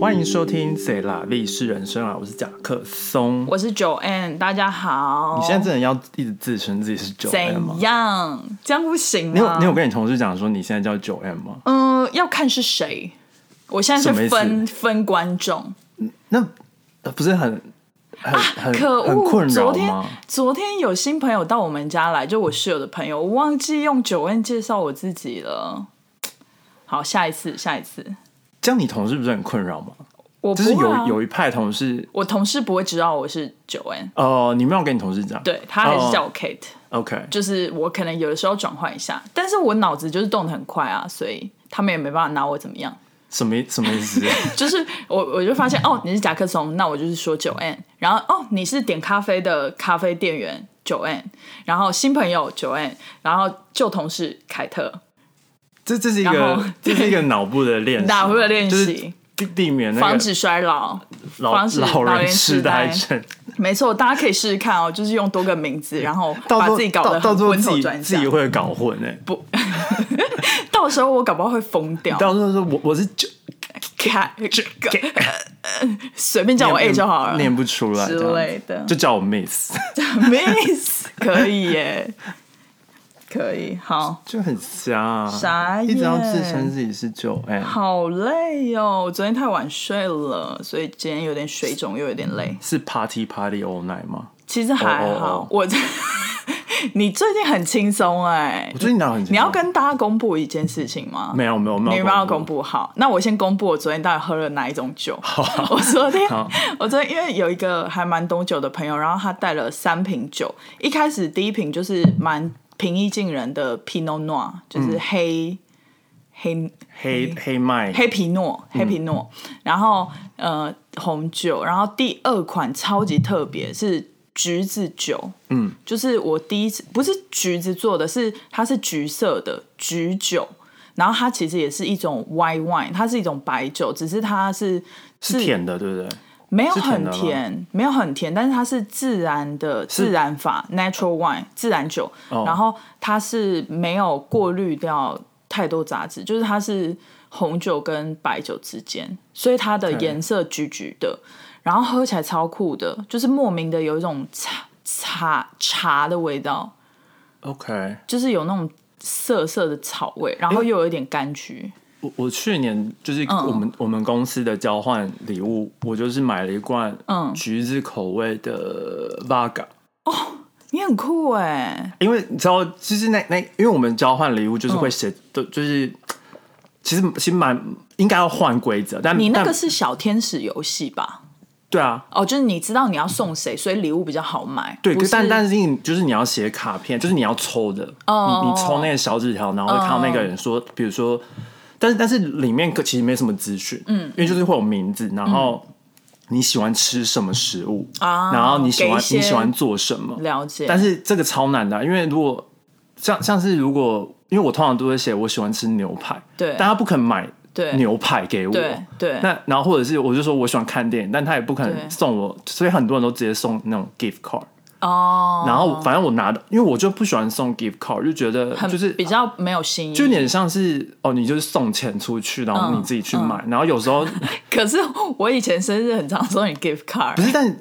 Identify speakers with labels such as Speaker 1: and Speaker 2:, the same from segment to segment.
Speaker 1: 欢迎收听《谁啦历史人生》啊，我是贾克松。
Speaker 2: 我是 Joanne，大家好。
Speaker 1: 你现在真的要一直自称自己是九 M 吗
Speaker 2: 怎？样？这样不行
Speaker 1: 你有
Speaker 2: 吗？
Speaker 1: 你有跟你同事讲说你现在叫九 M 吗？
Speaker 2: 嗯，要看是谁。我现在
Speaker 1: 什么意
Speaker 2: 是
Speaker 1: 思
Speaker 2: 分分观众，
Speaker 1: 那呃不是很很、很
Speaker 2: 啊可恶！
Speaker 1: 很困扰
Speaker 2: 昨天
Speaker 1: 吗？
Speaker 2: 昨天有新朋友到我们家来，就我室友的朋友，我忘记用九 N 介绍我自己了。好，下一次，下一次，
Speaker 1: 这样你同事不是很困扰吗？
Speaker 2: 我
Speaker 1: 就
Speaker 2: 不
Speaker 1: 是
Speaker 2: 会、啊
Speaker 1: 有、有一派同事，
Speaker 2: 我同事不会知道我是九 N，
Speaker 1: 呃，你没有跟你同事讲，
Speaker 2: 对他还是叫
Speaker 1: 哦
Speaker 2: 我 Kate，、
Speaker 1: OK，
Speaker 2: 就是我可能有的时候转换一下，但是我脑子就是动得很快啊，所以他们也没办法拿我怎么样。
Speaker 1: 什么意什么意思？
Speaker 2: 就是我我就发现哦，你是夹克松，那我就是说九 N，然后哦，你是点咖啡的咖啡店员九 N，然后新朋友九 N，然后旧同事凯特，
Speaker 1: 这这是一
Speaker 2: 然后
Speaker 1: 个这是一个脑部的练习，
Speaker 2: 脑部的练习
Speaker 1: 就是避避免那个
Speaker 2: 防止衰老。
Speaker 1: 老
Speaker 2: 防止
Speaker 1: 老
Speaker 2: 老
Speaker 1: 人
Speaker 2: 人
Speaker 1: 痴
Speaker 2: 痴
Speaker 1: 呆
Speaker 2: 呆
Speaker 1: 症，
Speaker 2: 没错，大家可以试试看哦，就是用多个名字，然后
Speaker 1: 到时
Speaker 2: 把
Speaker 1: 候
Speaker 2: 自己搞得
Speaker 1: 到到
Speaker 2: 很
Speaker 1: 时候
Speaker 2: 昏
Speaker 1: 自
Speaker 2: 头
Speaker 1: 己
Speaker 2: 转
Speaker 1: 自
Speaker 2: 向
Speaker 1: 己。会搞混哎、
Speaker 2: 到时候我搞不好会疯掉，
Speaker 1: 到时候说我我是就
Speaker 2: 凯随便叫我 A 就好了，
Speaker 1: 念不出来
Speaker 2: 之
Speaker 1: 这样
Speaker 2: 类
Speaker 1: 子
Speaker 2: 的
Speaker 1: 就叫我 Miss，
Speaker 2: miss 可以耶，可以好。
Speaker 1: 就很瞎、啊，
Speaker 2: 傻眼
Speaker 1: 一直要自称自己是九 M，
Speaker 2: 好累哦，我昨天太晚睡了，所以今天有点水肿，又有点累。
Speaker 1: 是 Party Party All Night 吗？
Speaker 2: 其实还
Speaker 1: 嗯哦哦
Speaker 2: 好
Speaker 1: 哦
Speaker 2: 我 你最近很轻松哎
Speaker 1: 我，最近哪有很
Speaker 2: 你要跟大家公布一件事情吗？
Speaker 1: 没有没有没有
Speaker 2: 你们要
Speaker 1: 公
Speaker 2: 公布好，那我先公布我昨天到底喝了哪一种酒。我昨 天
Speaker 1: 好，
Speaker 2: 我昨天因为有一个还蛮懂酒的朋友，然后他带了三瓶酒。一开始第一瓶就是蛮平易近人的 Pinot Noir，就是
Speaker 1: 嗯
Speaker 2: 黑、黑
Speaker 1: 黑黑麦
Speaker 2: 黑皮诺，黑皮诺，然后呃红酒，然后第二款超级特别是橘子酒，
Speaker 1: 嗯，
Speaker 2: 就是我第一次不是橘子做的是，它是橘色的橘酒，然后它其实也是一种 white wine，它是一种白酒，只是它是
Speaker 1: 是甜的，对不对？
Speaker 2: 没有
Speaker 1: 是甜
Speaker 2: 很
Speaker 1: 的吗
Speaker 2: 甜，没有很甜，但是它是自然的自然法 （natural wine） 自然酒，
Speaker 1: 哦
Speaker 2: 然后它是没有过滤掉太多杂质，就是它是红酒跟白酒之间，所以它的
Speaker 1: OK
Speaker 2: 颜色橘橘的，然后喝起来超酷的，就是莫名的有一种茶茶茶的味道，
Speaker 1: OK，
Speaker 2: 就是有那种涩涩的草味，然后又有一点柑橘，
Speaker 1: 我我去年就是我们、我们公司的交换礼物，我就是买了一罐
Speaker 2: 嗯
Speaker 1: 橘子口味的 Vaga，、
Speaker 2: 你很酷哎、
Speaker 1: 因为你知道，就是那那，因为我们交换礼物就是会
Speaker 2: 嗯
Speaker 1: 写，都、就是其实其实蛮应该要换规则，但
Speaker 2: 你那个
Speaker 1: 但
Speaker 2: 是小天使游戏吧？
Speaker 1: 对啊。
Speaker 2: 哦，就是你知道你要送谁，所以礼物比较好买。
Speaker 1: 对，
Speaker 2: 不
Speaker 1: 可
Speaker 2: 是
Speaker 1: 但但是你就是你要写卡片，就是你要抽的，
Speaker 2: 哦
Speaker 1: 你你抽那个小纸条，然后会看到那个人说，比如说，但是但是里面可其实没什么资讯，嗯，因为就是会有名字，然后你喜欢吃什么食物，
Speaker 2: 嗯啊
Speaker 1: 然后你喜欢
Speaker 2: 给一些
Speaker 1: 你喜欢做什么，
Speaker 2: 了解，
Speaker 1: 但是这个超难的啊、因为如果像像是如果，因为我通常都会写我喜欢吃牛排，
Speaker 2: 对
Speaker 1: 但他不肯买
Speaker 2: 对
Speaker 1: 牛排给我，
Speaker 2: 对对
Speaker 1: 那然后或者是我就说我喜欢看电影，但他也不可
Speaker 2: 对
Speaker 1: 能送我，所以很多人都直接送那种 gift card。
Speaker 2: 哦，
Speaker 1: 然后反正我拿的，因为我就不喜欢送 gift card，就觉得
Speaker 2: 很
Speaker 1: 就是
Speaker 2: 比较没有新意。
Speaker 1: 就有点像是哦，你就是送钱出去，然后
Speaker 2: 嗯
Speaker 1: 你自己去买，然后有时候
Speaker 2: 可是我以前生日很常送你 gift card，
Speaker 1: 不是，但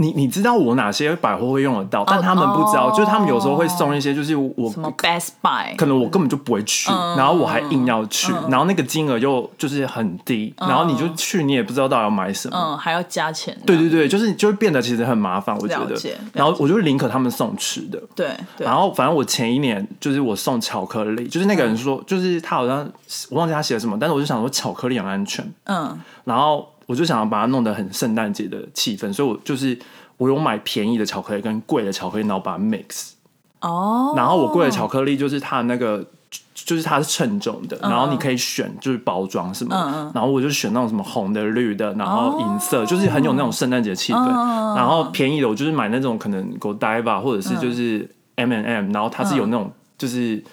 Speaker 1: 你你知道我哪些百货会用得到，但他们不知道，
Speaker 2: 哦
Speaker 1: 就是他们有时候会送一些，就是我
Speaker 2: 什么 Best Buy，
Speaker 1: 可能我根本就不会去，
Speaker 2: 嗯
Speaker 1: 然后我还硬要去，然后那个金额又就是很低，然后你就去，你也不知道到底要买什么。
Speaker 2: 嗯，还要加钱。
Speaker 1: 对对对，就是就会变得其实很麻烦，我觉得
Speaker 2: 了解了解。
Speaker 1: 然后我就宁可他们送吃的，
Speaker 2: 对对，
Speaker 1: 然后反正我前一年就是我送巧克力，就是那个
Speaker 2: 嗯
Speaker 1: 人说，就是他好像我忘记他写了什么，但是我就想说巧克力很安全，
Speaker 2: 嗯
Speaker 1: 然后我就想要把它弄得很圣诞节的气氛，所以我就是我有买便宜的巧克力跟贵的巧克力，然后把它 mix，
Speaker 2: 哦，
Speaker 1: 然后我贵的巧克力就是它那个。就是它是称重的，
Speaker 2: 嗯
Speaker 1: 然后你可以选就是包装什么的，然后我就选那种什么红的、绿的，然
Speaker 2: 哦
Speaker 1: 后银色，就是很有那种圣诞节气
Speaker 2: 嗯
Speaker 1: 氛。然后便宜的我就是买那种可能 Godiva 或者是就是 M and M，然后它是有那
Speaker 2: 嗯
Speaker 1: 种就是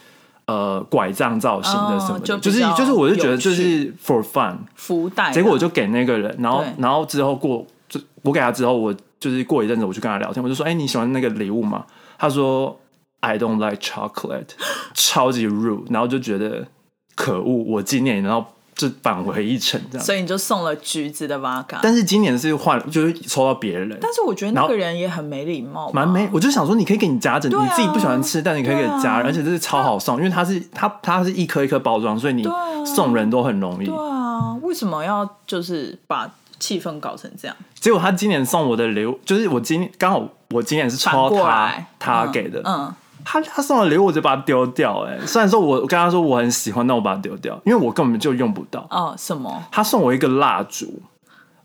Speaker 1: 呃拐杖造型的什么
Speaker 2: 哦
Speaker 1: 的，
Speaker 2: 就比
Speaker 1: 就是
Speaker 2: 较
Speaker 1: 就是我就觉得
Speaker 2: 有
Speaker 1: 就
Speaker 2: 趣
Speaker 1: 是 for fun，
Speaker 2: 福袋，啊
Speaker 1: 结果我就给那个人，然后
Speaker 2: 对
Speaker 1: 然后之后过，就我给他之后，我就是过一阵子我去跟他聊天，我就说，哎、你喜欢那个礼物吗？他说，I don't like chocolate，超级 rude，然后就觉得可恶，我今年然后就返回一城这样。
Speaker 2: 所以你就送了橘子的 Vaga。
Speaker 1: 但是今年是换，就是抽到别人，
Speaker 2: 但是我觉得那个人也很没礼貌吧，
Speaker 1: 蛮没。我就想说，你可以给你家整，
Speaker 2: 对啊
Speaker 1: 你自己不喜欢吃，但你可以给家人，
Speaker 2: 对啊
Speaker 1: 而且这是超好送，因为它是它它是一颗一颗包装，所以你
Speaker 2: 啊
Speaker 1: 送人都很容易。
Speaker 2: 对啊，为什么要就是把气氛搞成这样？
Speaker 1: 结果他今年送我的礼物，就是我今刚好我今年是抽
Speaker 2: 反
Speaker 1: 到
Speaker 2: 过
Speaker 1: 他
Speaker 2: 来，
Speaker 1: 他给的，
Speaker 2: 嗯，
Speaker 1: 他他送的礼物我就把它丢掉、欸。哎，虽然说我我跟他说我很喜欢，但我把它丢掉，因为我根本就用不到。
Speaker 2: 哦、什么？
Speaker 1: 他送我一个蜡烛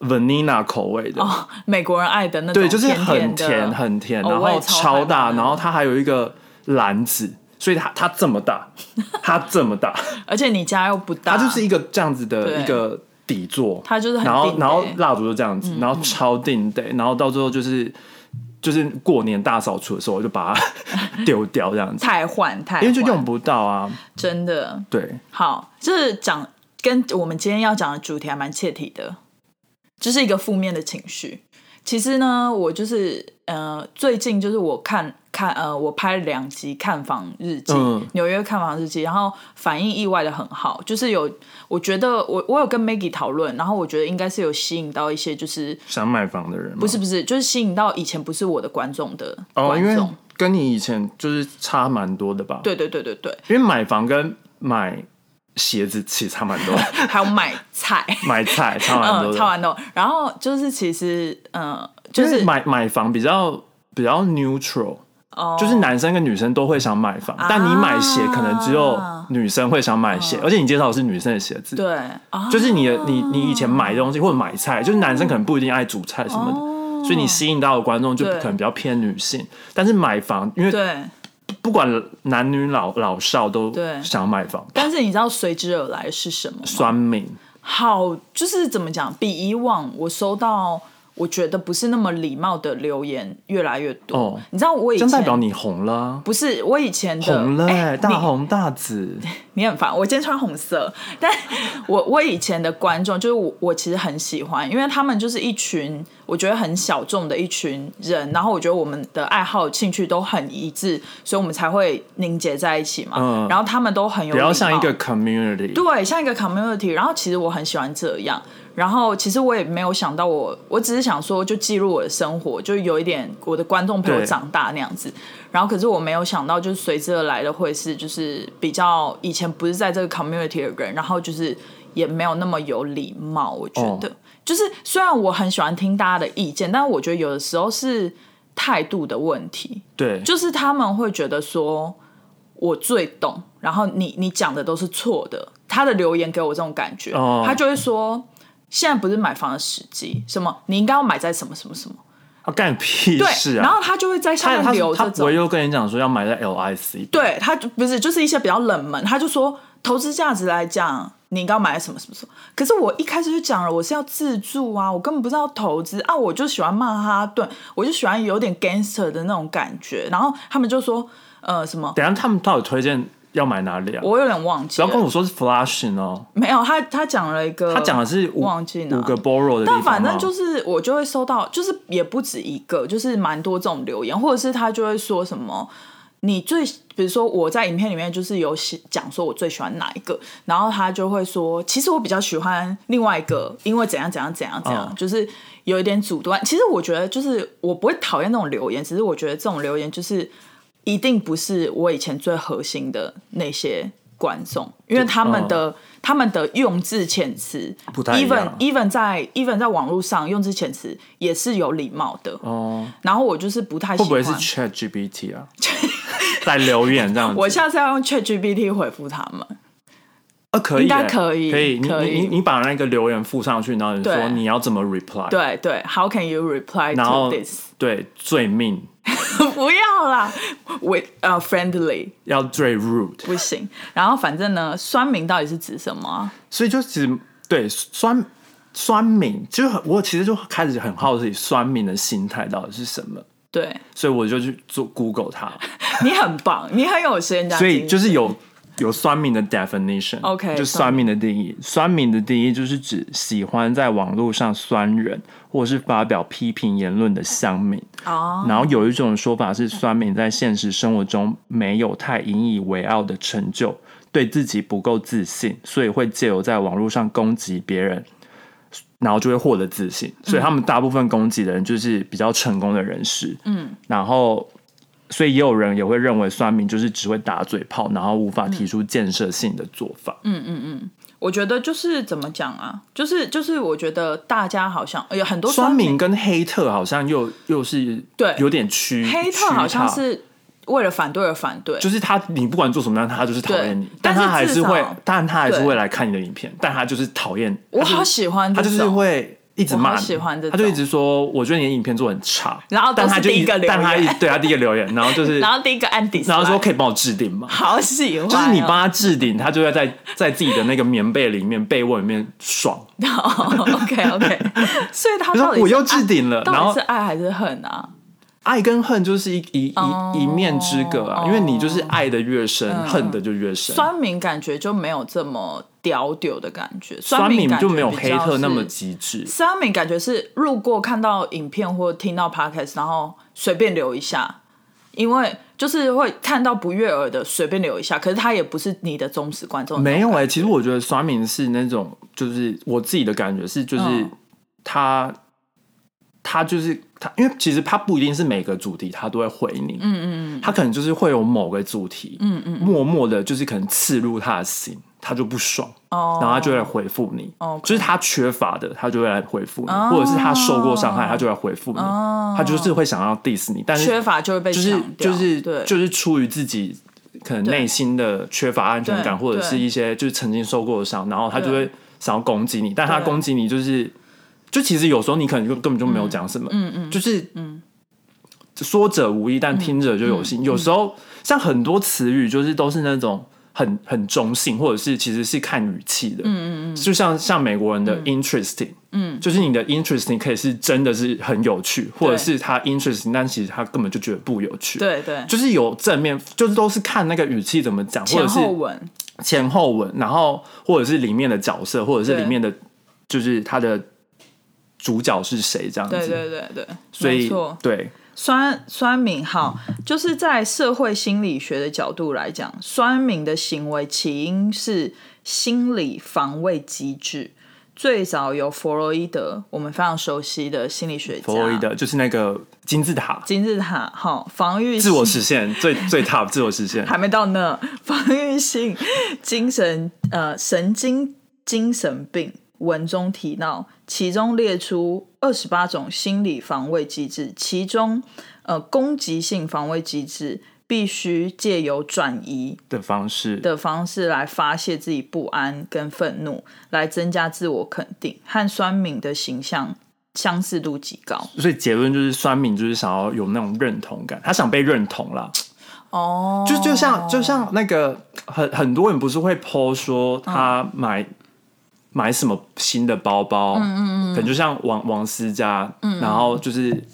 Speaker 1: ，vanilla 口味的，
Speaker 2: 哦，美国人爱的那种
Speaker 1: 对，就是很
Speaker 2: 甜
Speaker 1: 甜
Speaker 2: 的
Speaker 1: 很甜，
Speaker 2: 哦
Speaker 1: 然
Speaker 2: 我也
Speaker 1: 后
Speaker 2: 超
Speaker 1: 超
Speaker 2: 爱
Speaker 1: 大，
Speaker 2: 那
Speaker 1: 然后它还有一个篮子，所以它它这么 大，它这么大，
Speaker 2: 而且你家又不大，
Speaker 1: 它就是一个这样子的
Speaker 2: 对
Speaker 1: 一个底座，
Speaker 2: 它就是很欸嗯
Speaker 1: 然后
Speaker 2: 定
Speaker 1: 然后
Speaker 2: 的
Speaker 1: 蜡烛就这样子，然后超定的，欸然后到最后就是就是过年大扫除的时候，我就把它 丢掉这样子，
Speaker 2: 太换太换，
Speaker 1: 因为就用不到啊，
Speaker 2: 真的
Speaker 1: 对，
Speaker 2: 好，就是讲跟我们今天要讲的主题还蛮切题的，就是一个负面的情绪。其实呢，我就是呃，最近就是我看看呃，我拍了两集看房日记，
Speaker 1: 嗯
Speaker 2: 纽约看房日记，然后反应意外的很好，就是有我觉得我我有跟 Maggie 讨论，然后我觉得应该是有吸引到一些就是
Speaker 1: 想买房的人
Speaker 2: 不
Speaker 1: 不
Speaker 2: 是不是，就是吸引到以前不是我的观众的
Speaker 1: 哦，因
Speaker 2: 观
Speaker 1: 为
Speaker 2: 众，
Speaker 1: 跟你以前就是差蛮多的吧，，
Speaker 2: 对对对对对，
Speaker 1: 因为买房跟买鞋子其实差蛮多的，
Speaker 2: 还有买菜。
Speaker 1: 买菜差蛮多
Speaker 2: 嗯，
Speaker 1: 的
Speaker 2: 超。完豆。然后就是其实，嗯，就
Speaker 1: 就是是买买房比较比较 neutral，、
Speaker 2: 哦啊
Speaker 1: 就是男生跟女生都会想买房，但你买鞋可能只有女生会想买鞋，而且你介绍的是女生的鞋子，
Speaker 2: 嗯对啊，
Speaker 1: 就是你的你你以前买东西或者买菜，就是
Speaker 2: 嗯
Speaker 1: 男生可能不一定爱煮菜什么的。所以你吸引到的观众就
Speaker 2: 哦对
Speaker 1: 可能比较偏女性，但是买房，因为
Speaker 2: 对。
Speaker 1: 不管男女老老少都
Speaker 2: 对
Speaker 1: 想买房，
Speaker 2: 但是你知道随之而来是什么吗？
Speaker 1: 酸民
Speaker 2: 好，就是怎么讲，比以往我收到我觉得不是那么礼貌的留言越来越多。
Speaker 1: 哦，
Speaker 2: 你知道我以
Speaker 1: 这
Speaker 2: 前
Speaker 1: 样代表你红了啊，
Speaker 2: 不是我以前的
Speaker 1: 红了、
Speaker 2: 哎
Speaker 1: 欸，大
Speaker 2: 你
Speaker 1: 红大紫，
Speaker 2: 你很烦。我今天穿红色，但我我以前的观众就是我，我其实很喜欢，因为他们就是一群我觉得很小众的一群人，然后我觉得我们的爱好、兴趣都很一致，所以我们才会凝结在一起嘛。
Speaker 1: 嗯
Speaker 2: 然后他们都很有
Speaker 1: 比
Speaker 2: 礼貌，
Speaker 1: 较像一个 community，
Speaker 2: 对，像一个 community。然后其实我很喜欢这样。然后其实我也没有想到我，我只是想说，就记录我的生活，就有一点我的观众陪我
Speaker 1: 对
Speaker 2: 长大那样子。然后可是我没有想到，就是随之而来的会是，就是比较以前不是在这个 community 的人，然后就是也没有那么有礼貌。我觉得，
Speaker 1: 哦
Speaker 2: 就是虽然我很喜欢听大家的意见，但我觉得有的时候是态度的问题。
Speaker 1: 对，
Speaker 2: 就是他们会觉得说我最懂，然后你你讲的都是错的。他的留言给我这种感觉，
Speaker 1: 哦
Speaker 2: 他就会说现在不是买房的时机，什么你应该要买在什么什么什么，
Speaker 1: 他啊干你屁
Speaker 2: 对，
Speaker 1: 事
Speaker 2: 然
Speaker 1: 啊！
Speaker 2: 后他就会在下
Speaker 1: 他
Speaker 2: 面
Speaker 1: 他
Speaker 2: 留
Speaker 1: 他
Speaker 2: 这
Speaker 1: 不会
Speaker 2: 种，
Speaker 1: 又跟你讲说要买在 LIC，
Speaker 2: 对他就不是就是一些比较冷门，他就说投资价值来讲。你应该要买在什么什么什么？可是我一开始就讲了，我是要自住啊，我根本不知道投资啊，我就喜欢曼哈顿，我就喜欢有点 gangster 的那种感觉。然后他们就说，呃，什么
Speaker 1: 等一下他们到底推荐要买哪里啊？
Speaker 2: 我有点忘
Speaker 1: 不
Speaker 2: 记了
Speaker 1: 要，跟我说是 Flushing 哦，
Speaker 2: 没有他他讲了一个，
Speaker 1: 他讲的是五
Speaker 2: 呃忘记了
Speaker 1: 五个 borrow 的地
Speaker 2: 但
Speaker 1: 方哦
Speaker 2: 反正
Speaker 1: 吗
Speaker 2: 就是我就会收到，就是也不止一个，就是蛮多这种留言，或者是他就会说什么。你最，比如说我在影片里面就是有写讲说我最喜欢哪一个，然后他就会说，其实我比较喜欢另外一个，因为怎样怎样怎样怎样，
Speaker 1: 嗯
Speaker 2: 就是有一点阻断。其实我觉得就是我不会讨厌那种留言，只是我觉得这种留言就是一定不是我以前最核心的那些观众，因为他们的、他们的用字遣词
Speaker 1: 不太一样
Speaker 2: even even 在 even 在网络上用之前词也是有礼貌的，
Speaker 1: 哦，
Speaker 2: 然后我就是不太喜
Speaker 1: 会
Speaker 2: 欢。
Speaker 1: 不会是 Chat GPT 啊？来留言这样子，
Speaker 2: 我下次要用 ChatGPT 回复他们。
Speaker 1: 啊可以欸，
Speaker 2: 应该可以
Speaker 1: 可以，你
Speaker 2: 可以
Speaker 1: 你你你把那个留言附上去，然后你说
Speaker 2: 对
Speaker 1: 你要怎么 reply，
Speaker 2: 对对，How can you reply
Speaker 1: 然后
Speaker 2: to this？
Speaker 1: 对最命
Speaker 2: 不要啦，with 呃、friendly
Speaker 1: 要最 rude，
Speaker 2: 不行。然后反正呢，酸民到底是指什么啊？
Speaker 1: 所以就其实对酸酸敏，就很我其实就开始很好奇酸敏的心态到底是什么。
Speaker 2: 对
Speaker 1: 所以我就去做 Google 它，
Speaker 2: 你很棒，你很有先人家
Speaker 1: 所
Speaker 2: 精神，
Speaker 1: 以就是有有酸民的 definition。
Speaker 2: OK，
Speaker 1: 就酸民的定义，酸民的定义就是指喜欢在网络上酸人或是发表批评言论的乡民。
Speaker 2: 哦
Speaker 1: 然后有一种说法是，酸民在现实生活中没有太引以为傲的成就，对自己不够自信，所以会借由在网络上攻击别人，然后就会获得自信。所
Speaker 2: 嗯
Speaker 1: 以他们大部分攻击的人就是比较成功的人士，嗯，然后。所以也有人也会认为算命就是只会打嘴炮，然后无法
Speaker 2: 嗯
Speaker 1: 提出建设性的做法。
Speaker 2: 我觉得就是怎么讲啊，就是就是我觉得大家好像有很多
Speaker 1: 酸
Speaker 2: 民
Speaker 1: 民跟黑特好像又又是
Speaker 2: 对
Speaker 1: 有点区
Speaker 2: 黑特好像
Speaker 1: 区差
Speaker 2: 是为了反对而反对，
Speaker 1: 就是他，你不管做什么，但他就是讨厌你
Speaker 2: 对，
Speaker 1: 但
Speaker 2: 但是
Speaker 1: 他还
Speaker 2: 至
Speaker 1: 是
Speaker 2: 少
Speaker 1: 会，但他还是
Speaker 2: 对
Speaker 1: 会来看你的影片，但他就是讨厌。
Speaker 2: 我
Speaker 1: 他就是
Speaker 2: 好喜欢
Speaker 1: 他
Speaker 2: 这
Speaker 1: 就是
Speaker 2: 种
Speaker 1: 会一直
Speaker 2: 我
Speaker 1: 骂
Speaker 2: 好
Speaker 1: 你，
Speaker 2: 喜欢这种
Speaker 1: 他就一直说，我觉得你的影片做得很差，
Speaker 2: 然后都
Speaker 1: 但他
Speaker 2: 是
Speaker 1: 就
Speaker 2: 第一
Speaker 1: 直
Speaker 2: 个留
Speaker 1: 但他一
Speaker 2: 言
Speaker 1: 对他第一个留言，然后就是，
Speaker 2: 然后第一个按 d i
Speaker 1: 然后说可以帮我置顶吗？
Speaker 2: 好喜欢哦、
Speaker 1: 就是 你帮他置顶，他就会在在自己的那个棉被里面、被窝里面爽。
Speaker 2: OK OK，所以 他
Speaker 1: 比如
Speaker 2: 到
Speaker 1: 说
Speaker 2: 底是
Speaker 1: 我又
Speaker 2: 爱
Speaker 1: 置顶了，然
Speaker 2: 到底
Speaker 1: 后
Speaker 2: 是爱还是恨啊？
Speaker 1: 爱跟恨就是一一
Speaker 2: 哦嗯
Speaker 1: 一一面之隔啊，因为你就是爱的越深，恨的就越深。
Speaker 2: 酸民感觉就没有这么屌屌的感觉，
Speaker 1: 酸
Speaker 2: 民
Speaker 1: 民
Speaker 2: 感觉
Speaker 1: 就没有
Speaker 2: 比
Speaker 1: 黑
Speaker 2: 较
Speaker 1: 特那
Speaker 2: 是
Speaker 1: 么极致，
Speaker 2: 酸民感觉是路过看到影片或听到 podcast，然后随便留一下，因为就是会看到不悦耳的随便留一下，可是他也不是你的忠实观众。
Speaker 1: 没有哎、其实我觉得酸民是那种，就是我自己的感觉是，就是
Speaker 2: 嗯
Speaker 1: 他、他就是他，因为其实他不一定是每个主题他都会回你，嗯嗯嗯，他可能就是会有某个主题，嗯嗯，默默的就是可能刺入他的心，他就不爽。
Speaker 2: 哦，
Speaker 1: 然后他就会来回复你
Speaker 2: OK
Speaker 1: 就是他缺乏的，他就会来回复你或者是他受过伤害，他就来回复你他就是会想要 diss 你，但是
Speaker 2: 哦缺乏就会被
Speaker 1: 就是
Speaker 2: 抢掉
Speaker 1: 就是
Speaker 2: 对，
Speaker 1: 就是出于自己可能内心的缺乏安全感，
Speaker 2: 对
Speaker 1: 或者是一些就是曾经受过的伤，然后他就会想要攻击你，但他
Speaker 2: 对
Speaker 1: 攻击你就是，就其实有时候你可能就根本就没有讲什么，嗯嗯，就是嗯。说者无意，但听者就有心。有时候像很多词语，就是都是那种很很中性，或者是其实是看语气的。嗯嗯嗯，就像像美国人的 interesting，嗯，就是你的 interesting 可以是真的是很有趣，或者是他 interesting，但其实他根本就觉得不有趣。
Speaker 2: 对对，
Speaker 1: 就是有正面，就是都是看那个语气怎么讲，或者
Speaker 2: 前
Speaker 1: 是
Speaker 2: 后文
Speaker 1: 前后文，然后或者是里面的角色，或者是
Speaker 2: 对
Speaker 1: 里面的就是他的主角是谁这样子。
Speaker 2: 对对对对，
Speaker 1: 所
Speaker 2: 没
Speaker 1: 以
Speaker 2: 错
Speaker 1: 对
Speaker 2: 酸酸敏哈，就是在社会心理学的角度来讲，酸敏的行为起因是心理防卫机制，最早由弗洛伊德，我们非常熟悉的心理学家
Speaker 1: 弗洛伊德就是那个金字塔，
Speaker 2: 金字塔哈，防御
Speaker 1: 自我
Speaker 2: 性
Speaker 1: 实现最最 top 自我实 现。
Speaker 2: 还没到那，防御性精神呃神经精神病文中提到，其中列出二十八种心理防卫机制，其中呃攻击性防卫机制必须借由转移
Speaker 1: 的方式，
Speaker 2: 的方式来发泄自己不安跟愤怒，来增加自我肯定，和酸敏的形象相似度极高。
Speaker 1: 所以结论就是酸敏就是想要有那种认同感，他想被认同啦。
Speaker 2: 哦，
Speaker 1: 就就像就像那个很很多人不是会 PO 说他买、买什么新的包包，嗯嗯嗯，可能就像王王思佳，嗯，然后就是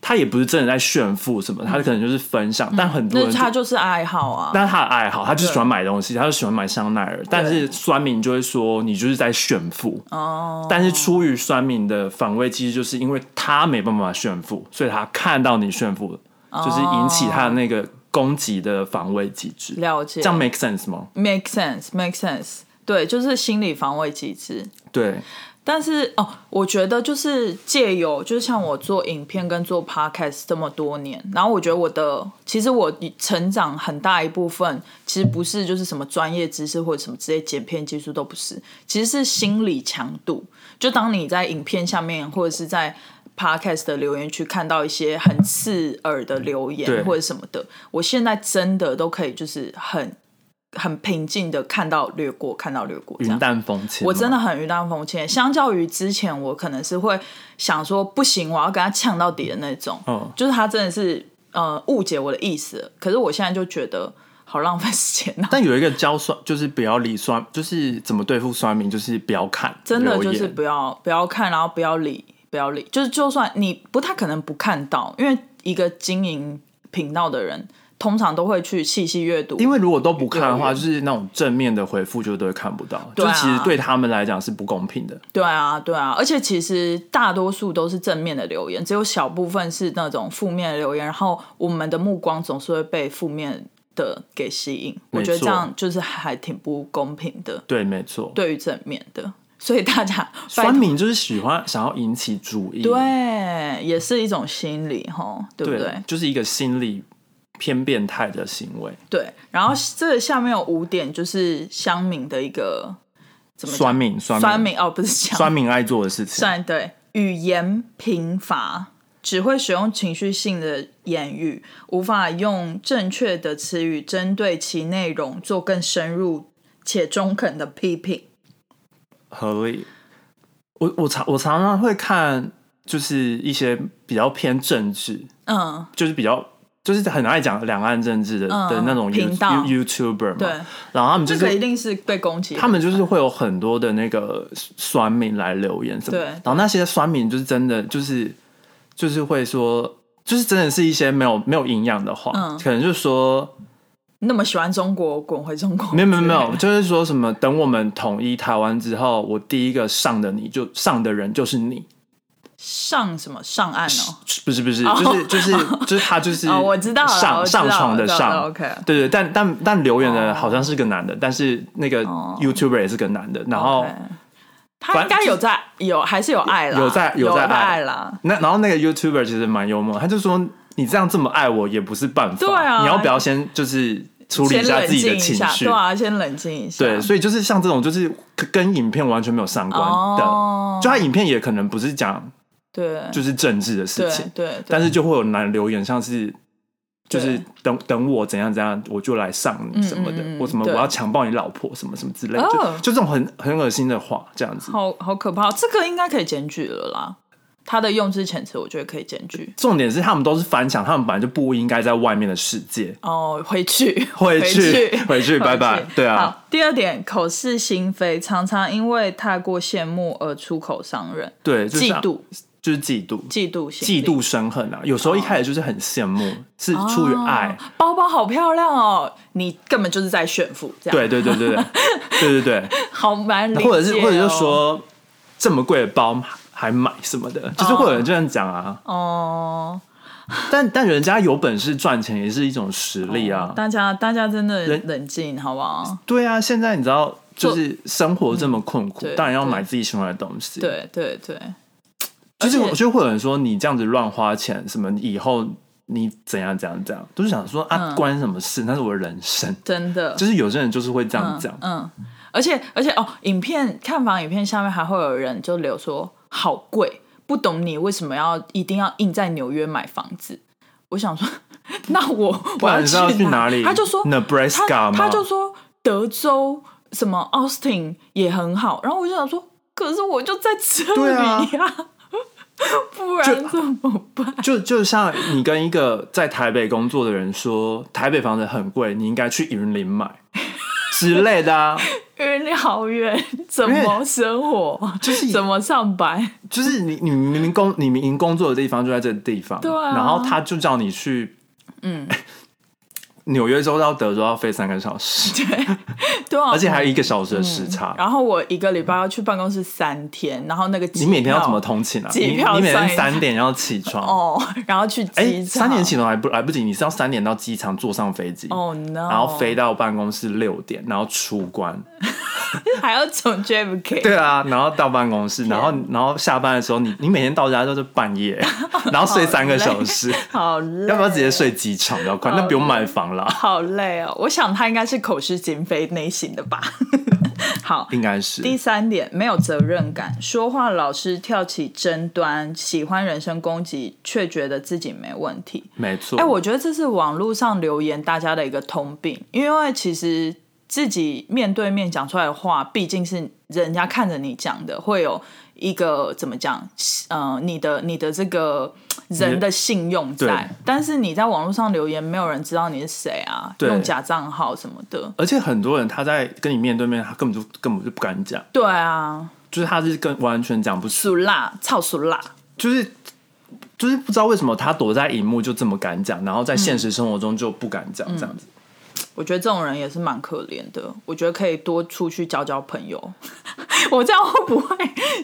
Speaker 1: 他也不是真的在炫富什么，他可能就是分享，但很多
Speaker 2: 那
Speaker 1: 人就
Speaker 2: 他就是爱好啊，
Speaker 1: 但是他的爱好，他就喜欢买东西，他就喜欢买香奈儿。但是酸民就会说你就是在炫富哦。但是出于酸民的防卫机制，就是因为他没办法炫富，所以他看到你炫富，就是引起他的那个攻击的防卫机制。
Speaker 2: 了解
Speaker 1: 这样 make sense 吗？
Speaker 2: Make sense, make sense。对，就是心理防卫机制。
Speaker 1: 对，
Speaker 2: 但是哦，我觉得就是借由，就是像我做影片跟做 podcast 这么多年，然后我觉得我的其实我成长很大一部分，其实不是就是什么专业知识或者什么之类剪片技术都不是，其实是心理强度。就当你在影片下面或者是在 podcast 的留言区看到一些很刺耳的留
Speaker 1: 对
Speaker 2: 言或者什么的，我现在真的都可以就是很很平静的看到略过，看到略过这
Speaker 1: 云
Speaker 2: 样。
Speaker 1: 淡风轻嘛。
Speaker 2: 我真的很云淡风轻。相较于之前，我可能是会想说不行，我要跟他呛到底的那种。
Speaker 1: 嗯
Speaker 2: 就是他真的是呃误解我的意思了，可是我现在就觉得好浪费时间啊！
Speaker 1: 但有一个教酸，就是不要理酸，就是怎么对付酸民，就是不要看，
Speaker 2: 真的就
Speaker 1: 留
Speaker 2: 是
Speaker 1: 言
Speaker 2: 不要不要看，然后不要理，不要理。就是就算你不太可能不看到，因为一个经营频道的人通常都会去细细阅读，
Speaker 1: 因为如果都不看的话，
Speaker 2: 对
Speaker 1: 就是那种正面的回复就都会看不到，
Speaker 2: 对啊
Speaker 1: 就其实对他们来讲是不公平的。
Speaker 2: 对啊，对啊，而且其实大多数都是正面的留言，只有小部分是那种负面的留言，然后我们的目光总是会被负面的给吸引。
Speaker 1: 没
Speaker 2: 我觉得这
Speaker 1: 错
Speaker 2: 样就是还挺不公平的，
Speaker 1: 对，没错。
Speaker 2: 对于正面的。所以 大家
Speaker 1: 酸
Speaker 2: 拜托
Speaker 1: 民就是喜欢想要引起注意，
Speaker 2: 对，也是一种心理哈，对不
Speaker 1: 对
Speaker 2: 对？
Speaker 1: 就是一个心理偏变态的行为。
Speaker 2: 对，然后这下面有五点，就是乡民的一个怎么讲
Speaker 1: 酸民，酸
Speaker 2: 酸民哦，不是乡
Speaker 1: 酸民爱做的事情，
Speaker 2: 算对，语言贫乏，只会使用情绪性的言语，无法用正确的词语针对其内容做更深入且中肯的批评。
Speaker 1: 合理。我我常我常常会看，就是一些比较偏政治，
Speaker 2: 嗯，
Speaker 1: 就是比较就是很爱讲两岸政治的、
Speaker 2: 嗯
Speaker 1: 的那种 You,
Speaker 2: 频道
Speaker 1: You YouTuber 嘛，
Speaker 2: 对，
Speaker 1: 然后他们就
Speaker 2: 这个一
Speaker 1: 是。
Speaker 2: 定是被攻击的。
Speaker 1: 他们就是会有很多的那个酸民来留言什么，
Speaker 2: 对
Speaker 1: 然后那些酸民就是真的就是就是会说，就是真的是一些没有没有营养的话，
Speaker 2: 嗯
Speaker 1: 可能就是说
Speaker 2: 那么喜欢中国，滚回中国之
Speaker 1: 没
Speaker 2: 类
Speaker 1: 有
Speaker 2: 的。
Speaker 1: 没有没有，就是说什么等我们统一台湾之后，我第一个上的你就上的人就是你，
Speaker 2: 上什么上岸哦？
Speaker 1: 不是不是，就是就是就是他就是
Speaker 2: 哦，我知道了，
Speaker 1: 上
Speaker 2: 我知道
Speaker 1: 上
Speaker 2: 了
Speaker 1: 床的
Speaker 2: 我知道了
Speaker 1: 上，
Speaker 2: ，OK。
Speaker 1: 对对，但但但留言的
Speaker 2: 哦
Speaker 1: 好像是个男的，但是那个
Speaker 2: 哦
Speaker 1: YouTuber 也是个男的，然后
Speaker 2: OK 他应该有在有还是有爱啦，
Speaker 1: 有在有
Speaker 2: 有
Speaker 1: 在爱
Speaker 2: 爱啦。
Speaker 1: 那然后那个 YouTuber 其实蛮幽默，他就说你这样这么爱我也不是办法，
Speaker 2: 对啊
Speaker 1: 你要不要先就是处理
Speaker 2: 先
Speaker 1: 一下
Speaker 2: 冷
Speaker 1: 自己
Speaker 2: 静
Speaker 1: 的
Speaker 2: 一
Speaker 1: 情
Speaker 2: 下，
Speaker 1: 绪
Speaker 2: 对？啊，先冷静一下。
Speaker 1: 对，所以就是像这种，就是跟影片完全没有相关的，
Speaker 2: 哦
Speaker 1: 就他影片也可能不是讲
Speaker 2: 对，
Speaker 1: 就是政治的事
Speaker 2: 对
Speaker 1: 情，
Speaker 2: 对，
Speaker 1: 但
Speaker 2: 是
Speaker 1: 是就会有男留言，像是就是等等我怎样怎样，我就来上你什么的，
Speaker 2: 嗯嗯嗯
Speaker 1: 我什么我
Speaker 2: 对
Speaker 1: 要强暴你老婆什么什么之类的，
Speaker 2: 哦
Speaker 1: 就就这种很很恶心的话，这样子。
Speaker 2: 好好可怕，这个应该可以检举了啦。他的用字遣词，我觉得可以检举。
Speaker 1: 重点是他们都是翻墙，他们本来就不应该在外面的世界。
Speaker 2: 哦，回去，
Speaker 1: 回去
Speaker 2: 去，
Speaker 1: 回 去拜拜对啊
Speaker 2: 好，第二点，口是心非，常常因为太过羡慕而出口伤人，
Speaker 1: 对，就
Speaker 2: 嫉
Speaker 1: 像
Speaker 2: 妒，
Speaker 1: 就是嫉妒，
Speaker 2: 嫉妒心哦理，
Speaker 1: 嫉妒生恨啊。有时候一开始就是很羡慕，是出于爱。
Speaker 2: 哦包包好漂亮哦，你根本就是在炫富，这样
Speaker 1: 对对对对 对对对
Speaker 2: 好蛮理
Speaker 1: 对，
Speaker 2: 解哦、
Speaker 1: 或者是或者就说这么贵的包还买什么的，就是会有人这样讲啊。
Speaker 2: 哦，
Speaker 1: 但但人家有本事赚钱也是一种实力啊。
Speaker 2: 大家大家真的
Speaker 1: 人
Speaker 2: 冷静好不好？
Speaker 1: 对啊，现在你知道就是生活这么困苦
Speaker 2: 嗯，对
Speaker 1: 当然要
Speaker 2: 对
Speaker 1: 买自己喜欢的东西。，
Speaker 2: 对对对，
Speaker 1: 就是
Speaker 2: 而
Speaker 1: 我
Speaker 2: 且
Speaker 1: 就会有人说你这样子乱花钱，什么你以后你怎样怎样怎样，都是想说啊
Speaker 2: 嗯
Speaker 1: 关你什么事？那是我的人生。
Speaker 2: 真的
Speaker 1: 就是有些人就是会这样讲，
Speaker 2: 嗯，嗯而且而且哦，影片看房影片下面还会有人就留说好贵，不懂你为什么要一定要硬在纽约买房子。我想说， 那我
Speaker 1: 不
Speaker 2: 我
Speaker 1: 然是要去
Speaker 2: 去
Speaker 1: 哪里？
Speaker 2: 他就说
Speaker 1: Nebraska
Speaker 2: 他
Speaker 1: 吗？
Speaker 2: 他就说德州什么 Austin 也很好，然后我就想说，可是我就在这
Speaker 1: 对啊
Speaker 2: 里呀、 不然怎么办？
Speaker 1: 就就像你跟一个在台北工作的人说，台北房子很贵，你应该去云林买之类的啊，
Speaker 2: 因为好远，怎
Speaker 1: 因
Speaker 2: 么
Speaker 1: 为
Speaker 2: 生活？
Speaker 1: 就是
Speaker 2: 怎么上班？
Speaker 1: 就是你你明明工你明明工作的地方就在这个地方，
Speaker 2: 对啊
Speaker 1: 然后他就叫你去，
Speaker 2: 嗯，
Speaker 1: 纽约州到德州要飞三个小时，
Speaker 2: 对啊，
Speaker 1: 而且还有一个小时的时差，
Speaker 2: 然后我一个礼拜要去办公室三天，然后那个机
Speaker 1: 你每天要
Speaker 2: 票
Speaker 1: 怎么通勤啊？
Speaker 2: 机
Speaker 1: 你
Speaker 2: 票
Speaker 1: 你每天
Speaker 2: 算一下
Speaker 1: 三点要起床，
Speaker 2: 哦，然后去
Speaker 1: 哎，
Speaker 2: 机场
Speaker 1: 三点起床还不来不及，你是要三点到机场坐上飞机，
Speaker 2: 哦 no，
Speaker 1: 然后飞到办公室六点，然后出关。
Speaker 2: 还要 从 JFK，
Speaker 1: 对啊，然后到办公室，然后然后下班的时候，你你每天到家都是半 夜，然后睡三个小时，
Speaker 2: 好累，
Speaker 1: 要不要直接？睡机场比较快？那不用买房啦，
Speaker 2: 好累哦，我想他应该是口是心非内心的吧。 好，
Speaker 1: 应该是。
Speaker 2: 第三点，没有责任感，说话老是跳起争端，喜欢人身攻击，却觉得自己没问题。
Speaker 1: 没错，
Speaker 2: 哎、我觉得这是网络上留言大家的一个通病，因为其实自己面对面讲出来的话，毕竟是人家看着你讲的，会有一个怎么讲，呃，你的你的这个人的信用
Speaker 1: 对
Speaker 2: 在，但是你在网络上留言，没有人知道你是谁啊，
Speaker 1: 对
Speaker 2: 用假账号什么的，
Speaker 1: 而且很多人他在跟你面对面，他根本就根本就不敢讲，
Speaker 2: 对啊，
Speaker 1: 就是他是跟完全讲不出，
Speaker 2: 属辣，操属辣，
Speaker 1: 就是就是不知道为什么他躲在荧幕就这么敢讲，然后在现实生活中就不敢
Speaker 2: 嗯
Speaker 1: 讲这样子。
Speaker 2: 我觉得这种人也是蛮可怜的，我觉得可以多出去交交朋友。 我这样会不会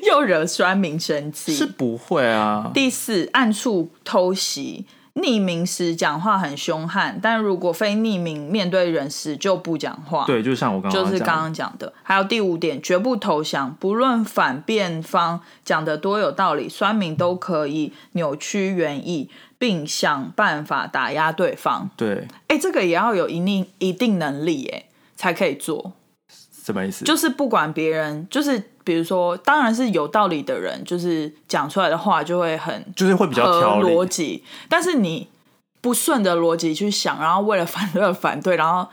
Speaker 2: 又惹酸民生气？
Speaker 1: 是不会啊，
Speaker 2: 第四，暗处偷袭。匿名时讲话很凶悍，但如果非匿名面对人时就不讲话。
Speaker 1: 对，哦就像我刚刚
Speaker 2: 就是
Speaker 1: 讲
Speaker 2: 刚刚讲的。还有第五点，绝不投降，不论反辩方讲的多有道理，酸民都可以扭曲原意，并想办法打压对方。
Speaker 1: 对，
Speaker 2: 哎，这个也要有一定一定能力，哎，才可以做。
Speaker 1: 什么意思？
Speaker 2: 就是不管别人，就是比如说，当然是有道理的人，就是讲出来的话就会很
Speaker 1: 就是会比较
Speaker 2: 合
Speaker 1: 条理，
Speaker 2: 逻辑，但是你不顺着逻辑去想，然后为了反对而反对，然后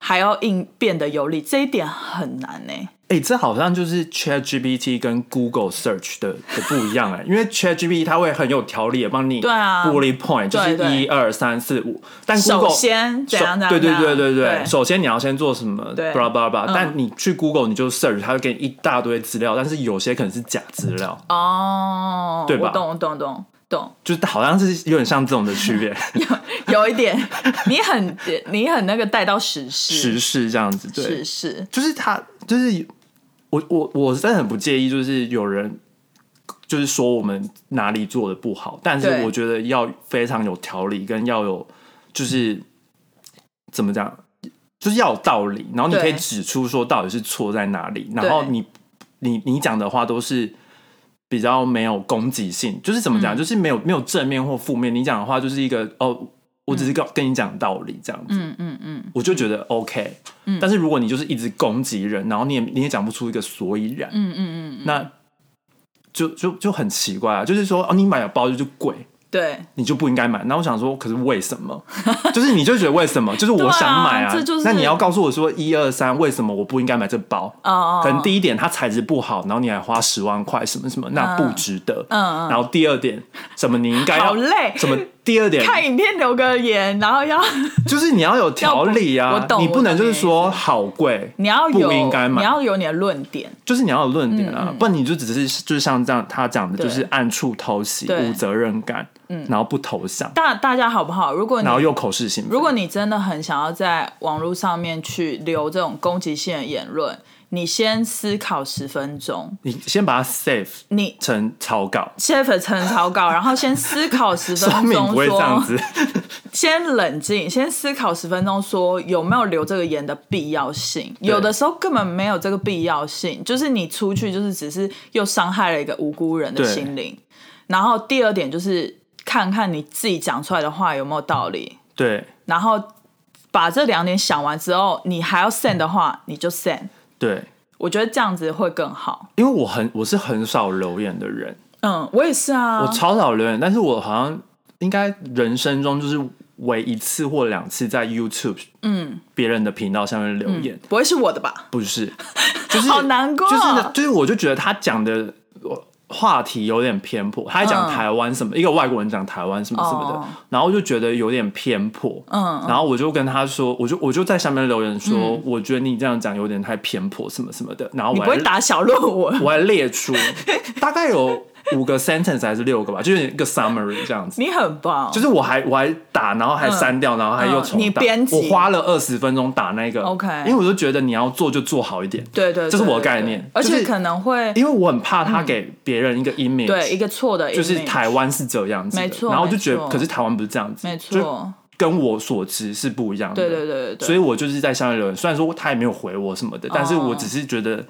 Speaker 2: 还要硬变得有理，这一点很难欸呢、
Speaker 1: 哎、这好像就是 Chat GPT 跟 Google Search 的的不一 样哎、因为 Chat GPT 它会很有条理的帮你
Speaker 2: 对啊
Speaker 1: ，bullet point 就是
Speaker 2: 对对
Speaker 1: 一二三四五，但
Speaker 2: 首
Speaker 1: Google
Speaker 2: 先怎样怎样，
Speaker 1: 对对对对
Speaker 2: 怎样
Speaker 1: 对，首先你要先做什么
Speaker 2: 对
Speaker 1: ，blah blah blah，
Speaker 2: 嗯
Speaker 1: 但你去 Google 你就 search，它会给你一大堆资料，但是有些可能是假资 料，
Speaker 2: 哦，
Speaker 1: 对吧
Speaker 2: 我懂，我懂，懂，懂，
Speaker 1: 就是好像是有点像这种的区别，
Speaker 2: 有一点，你很 你很那个带到实事，
Speaker 1: 时事这样子，对，
Speaker 2: 实事，
Speaker 1: 就是他，就是我我我真的很不介意，就是有人就是说我们哪里做的不好，但是
Speaker 2: 对
Speaker 1: 我觉得要非常有条理，跟要有就是怎么讲，就是要有道理，然后你
Speaker 2: 对
Speaker 1: 可以指出说到底是错在哪里，然后
Speaker 2: 对
Speaker 1: 你你你讲的话都是。比较没有攻击性，就是怎么
Speaker 2: 嗯
Speaker 1: 讲，就是没有没有正面或负面。你讲的话就是一个哦，我只是跟跟你讲道理这样子，
Speaker 2: 嗯嗯嗯，
Speaker 1: 我就觉得 OK。但是如果你就是一直攻击人，然后你也你也讲不出一个所以然，嗯嗯嗯，那就就就很奇怪啊。就是说，哦，你买了包就就贵，
Speaker 2: 对，
Speaker 1: 你就不应该买。那我想说，可是为什么？ 就是你就觉得为什么？就是我想买
Speaker 2: 对啊这就是
Speaker 1: 那你要告诉我说一二三，为什么我不应该买这包？
Speaker 2: 哦哦，
Speaker 1: 可能
Speaker 2: 哦
Speaker 1: 第一点它材质不好，然后你还花十万块什么什么，那不值得。
Speaker 2: 嗯嗯
Speaker 1: 然后第二点，什么你应该要
Speaker 2: 好累
Speaker 1: 什么第二点
Speaker 2: 看影片留个言，然后要
Speaker 1: 就是你要有条理
Speaker 2: 要不
Speaker 1: 啊
Speaker 2: 我，懂
Speaker 1: 你不能就是
Speaker 2: 我，
Speaker 1: 说好贵
Speaker 2: 你要有
Speaker 1: 不应该
Speaker 2: 你
Speaker 1: 买，
Speaker 2: 要有你的论点，
Speaker 1: 就是你要有论点啊，不然你就只是就是像这样他讲的，
Speaker 2: 嗯对
Speaker 1: 就是暗处偷袭，
Speaker 2: 对嗯
Speaker 1: 无责任感，然后不投降，
Speaker 2: 大大家好不好？如果你
Speaker 1: 然后又口是心非，
Speaker 2: 如果你真的很想要在网络上面去留这种攻击性的言论，你先思考十分钟，
Speaker 1: 你先把它 save
Speaker 2: 你
Speaker 1: 成草 稿，
Speaker 2: 先粉成草稿，然后先思考十
Speaker 1: 说
Speaker 2: 分钟
Speaker 1: 明
Speaker 2: 说，
Speaker 1: 不会这样子，
Speaker 2: 先冷静，先思考十分钟，说有没有留这个言的必要性？
Speaker 1: 对
Speaker 2: 有的时候根本没有这个必要性，就是你出去就是只是又伤害了一个无辜人的
Speaker 1: 对
Speaker 2: 心灵。然后第二点就是看看你自己讲出来的话有没有道理，
Speaker 1: 对
Speaker 2: 然后把这两点想完之后，你还要 send 的话，你就 send。
Speaker 1: 对，
Speaker 2: 我觉得这样子会更好。
Speaker 1: 因为我很我是很少留言的人，
Speaker 2: 嗯，我也是啊。
Speaker 1: 我超少留言，但是我好像应该人生中就是唯一次或两次在 YouTube 嗯别人的频道下面留言，
Speaker 2: 不会是我的吧？
Speaker 1: 不 是，就是
Speaker 2: 好难过
Speaker 1: 就是呢就是我就觉得他讲的话题有点偏颇，他还讲
Speaker 2: 嗯
Speaker 1: 台湾什么，一个外国人讲台湾什么什么的，
Speaker 2: 哦
Speaker 1: 然后就觉得有点偏颇，嗯，然后我就跟他说，我就我就在下面留言说，我觉得你这样讲有点太偏颇什么什么的，然后
Speaker 2: 嗯你
Speaker 1: 我
Speaker 2: 不
Speaker 1: 还
Speaker 2: 会打小论文？
Speaker 1: 我还列出大概有五个 sentence 还是六个吧，就是一个 summary 这样子。
Speaker 2: 你很棒，
Speaker 1: 就是我还我还打，然后还删掉，然后还又重打。
Speaker 2: 嗯你编辑
Speaker 1: 我花了二十分钟打那个
Speaker 2: OK
Speaker 1: 因为我就觉得你要做就做好一点。
Speaker 2: 对对对
Speaker 1: 这是我的
Speaker 2: 对
Speaker 1: 概
Speaker 2: 对
Speaker 1: 念
Speaker 2: 而
Speaker 1: 就
Speaker 2: 且
Speaker 1: 是
Speaker 2: 可能会
Speaker 1: 因为我很怕他给别人一个 image，、
Speaker 2: 对一个错的 image，
Speaker 1: 就是台湾是这样子的，
Speaker 2: 没错
Speaker 1: 然后我就觉
Speaker 2: 没
Speaker 1: 得，
Speaker 2: 错
Speaker 1: 可是台湾不是这样子，
Speaker 2: 没
Speaker 1: 就
Speaker 2: 错，
Speaker 1: 跟我所知是不一样的。
Speaker 2: 对对对对对
Speaker 1: 所以我就是在下面留言，虽然说他也没有回我什么的，但是我只是觉得，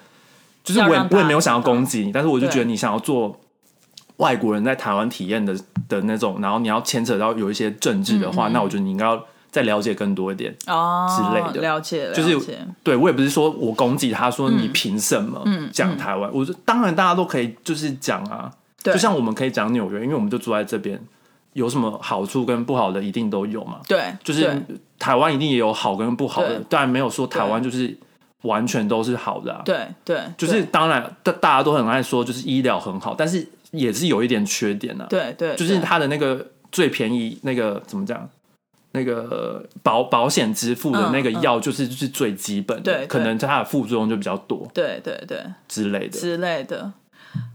Speaker 1: 就是
Speaker 2: 哦要
Speaker 1: 我也
Speaker 2: 让他
Speaker 1: 我也没有想要攻击你，但是我就
Speaker 2: 对
Speaker 1: 觉得你想要做外国人在台湾体验的的那种，然后你要牵扯到有一些政治的
Speaker 2: 嗯
Speaker 1: 话，那我觉得你应该要再了解更多一点。
Speaker 2: 哦
Speaker 1: 之类的
Speaker 2: 了解了嗯
Speaker 1: 就
Speaker 2: 解，
Speaker 1: 是对我也不是说我攻击他，说你凭什么讲台湾？我说当然大家都可以就是讲啊，
Speaker 2: 对
Speaker 1: 就像我们可以讲纽约，因为我们就住在这边，有什么好处跟不好的一定都有嘛。
Speaker 2: 对，
Speaker 1: 就是
Speaker 2: 对
Speaker 1: 台湾一定也有好跟不好的
Speaker 2: 对，
Speaker 1: 当然没有说台湾就是完全都是好的、啊。
Speaker 2: 对对，
Speaker 1: 就是当然大大家都很爱说就是医疗很好，但是也是有一点缺点啊，
Speaker 2: 对对，对
Speaker 1: 就是它的那个最便宜那个怎么讲？那个保保险支付的那个药，就是、就是最基本的，
Speaker 2: 嗯对对
Speaker 1: 可能它的副作用就比较多
Speaker 2: 对对对
Speaker 1: 之类的。
Speaker 2: 之类的。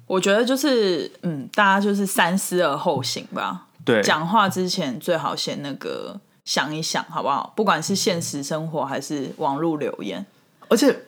Speaker 2: 我觉得就是，嗯，大家就是三思而后行吧。
Speaker 1: 对，
Speaker 2: 讲话之前最好先那个想一想，好不好？不管是现实生活还是网络留言，
Speaker 1: 而且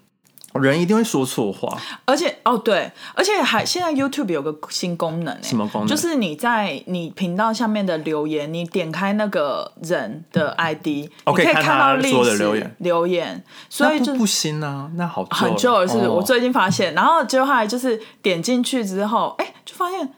Speaker 1: 人一定会说错话，
Speaker 2: 而且哦对，而且还现在 YouTube 有个新功能、欸，
Speaker 1: 什么功能
Speaker 2: 就是你在你频道下面的留言，你点开那个人的 ID，、
Speaker 1: 哦
Speaker 2: 你
Speaker 1: 可以
Speaker 2: 以
Speaker 1: 看
Speaker 2: 看
Speaker 1: 他
Speaker 2: 到历
Speaker 1: 所有的
Speaker 2: 史
Speaker 1: 留言
Speaker 2: 留言，所
Speaker 1: 那
Speaker 2: 以就
Speaker 1: 不不行啊，那好
Speaker 2: 很旧了，是不是？
Speaker 1: 哦
Speaker 2: 我最近发现，然后结果后来就是点进去之后，哎、就发现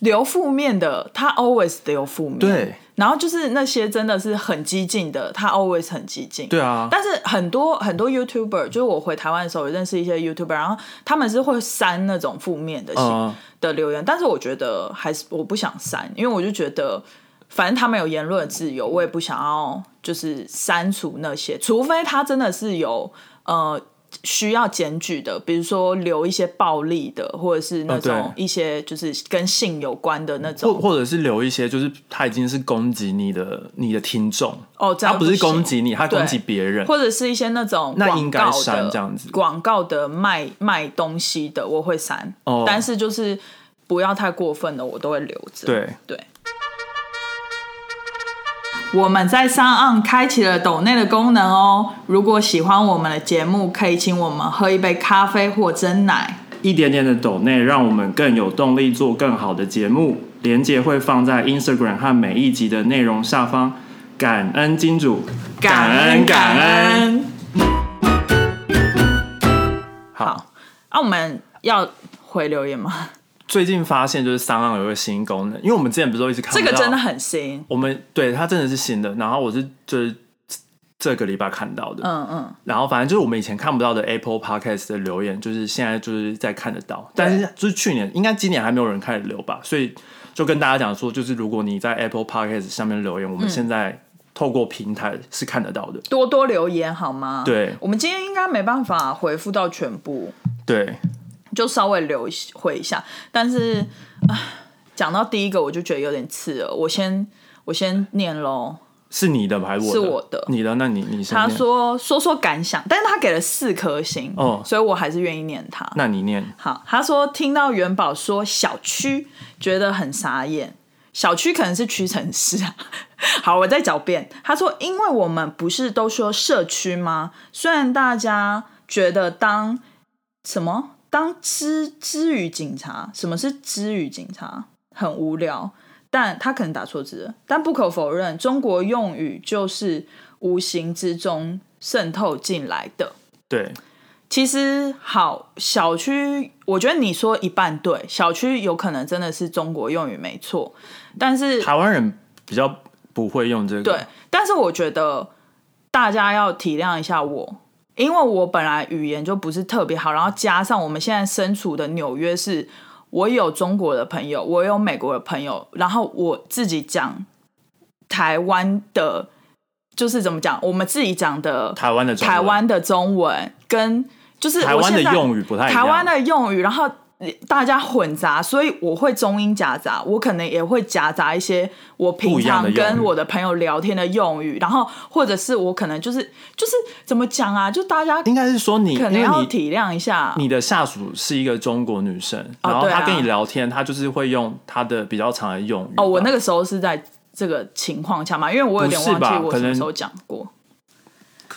Speaker 2: 留负面的，他 always 留负面，
Speaker 1: 对。
Speaker 2: 然后就是那些真的是很激进的，他 always 很激进，
Speaker 1: 对啊，
Speaker 2: 但是很多很多 YouTuber，就是我回台湾的时候也认识一些 YouTuber，然后他们是会删那种负面的信、
Speaker 1: 嗯
Speaker 2: 的留言，但是我觉得还是我不想删，因为我就觉得反正他们有言论自由，我也不想要就是删除那些，除非他真的是有呃。需要检举的，比如说留一些暴力的，或者是那
Speaker 1: 哦对
Speaker 2: 种一些就是跟性有关的那
Speaker 1: 或
Speaker 2: 种
Speaker 1: 或者是留一些，就是他已经是攻击你的你的听众，
Speaker 2: 哦，这
Speaker 1: 他
Speaker 2: 样
Speaker 1: 不是
Speaker 2: 行
Speaker 1: 攻击你，他
Speaker 2: 对
Speaker 1: 攻击别人。
Speaker 2: 或者是一些那种
Speaker 1: 那
Speaker 2: 广
Speaker 1: 应
Speaker 2: 告
Speaker 1: 该
Speaker 2: 的
Speaker 1: 删这样子
Speaker 2: 广告的卖卖东西的，我会删，
Speaker 1: 哦
Speaker 2: 但是就是不要太过分的，我都会留着。
Speaker 1: 对，
Speaker 2: 对。我们在上岸开启了抖内的功能哦。如果喜欢我们的节目，可以请我们喝一杯咖啡或蒸奶。
Speaker 1: 一点点的抖内，让我们更有动力做更好的节目。连接会放在 Instagram 和每一集的内容下方。感恩金主，感恩。
Speaker 2: 恩。
Speaker 1: 好，
Speaker 2: 那、啊我们要回留言吗？
Speaker 1: 最近发现就是三浪有一个新功能，因为我们之前不是都一直看
Speaker 2: 这
Speaker 1: 不
Speaker 2: 个
Speaker 1: 到
Speaker 2: 真的很新。
Speaker 1: 我们对它真的是新的，然后我是就是这个礼拜看到的，
Speaker 2: 嗯嗯。
Speaker 1: 然后反正就是我们以前看不到的 Apple Podcast 的留言，就是现在就是在看得到，但是就是去年应该今年还没有人开始留吧，所以就跟大家讲说，就是如果你在 Apple Podcast 上面留言，我们现在透过平台是看得到的，
Speaker 2: 多多留言好吗？
Speaker 1: 对
Speaker 2: 我们今天应该没办法回复到全部，
Speaker 1: 对，
Speaker 2: 就稍微留一回一下。但是，唉啊讲到第一个，我就觉得有点刺耳。我先我先念喽。
Speaker 1: 是你的吧还是我的？
Speaker 2: 是我的
Speaker 1: 你的，那你你先
Speaker 2: 他
Speaker 1: 念，
Speaker 2: 说说说感想，但是他给了四颗星，
Speaker 1: 哦
Speaker 2: 所以我还是愿意念他。
Speaker 1: 那你念，
Speaker 2: 好，他说听到元宝说小区，觉得很傻眼。小区可能是屈臣氏啊。好，我再狡辩。他说，因为我们不是都说社区吗？虽然大家觉得当什么当知知语警察，什么是知语警察，很无聊。但他可能打错字了，但不可否认，中国用语就是无形之中渗透进来的。
Speaker 1: 对
Speaker 2: 其实好，小区，我觉得你说一半对，小区有可能真的是中国用语没错，但是
Speaker 1: 台湾人比较不会用这个，
Speaker 2: 对，但是我觉得大家要体谅一下我，因为我本来语言就不是特别好，然后加上我们现在身处的纽约是，我有中国的朋友，我有美国的朋友，然后我自己讲台湾的，就是怎么讲，我们自己讲的
Speaker 1: 台湾的中文
Speaker 2: 台湾的中文跟就是
Speaker 1: 台
Speaker 2: 我
Speaker 1: 湾的
Speaker 2: 现在
Speaker 1: 用语不太一样，
Speaker 2: 台湾的用语，然后大家混杂，所以我会中英夹杂，我可能也会夹杂一些我平
Speaker 1: 不一样的用语
Speaker 2: 常跟我的朋友聊天的用语，然后或者是我可能就是就是怎么讲啊，就大家
Speaker 1: 应该是说你，
Speaker 2: 可
Speaker 1: 因
Speaker 2: 能
Speaker 1: 为
Speaker 2: 要
Speaker 1: 你
Speaker 2: 体谅一下，
Speaker 1: 你的下属是一个中国女生，然后
Speaker 2: 对啊
Speaker 1: 她跟你聊天，她就是会用她的比较常的用语吧。
Speaker 2: 哦，我那个时候是在这个情况下嘛，因为我有点忘
Speaker 1: 不是吧
Speaker 2: 记我什
Speaker 1: 可
Speaker 2: 么
Speaker 1: 能
Speaker 2: 时候讲过。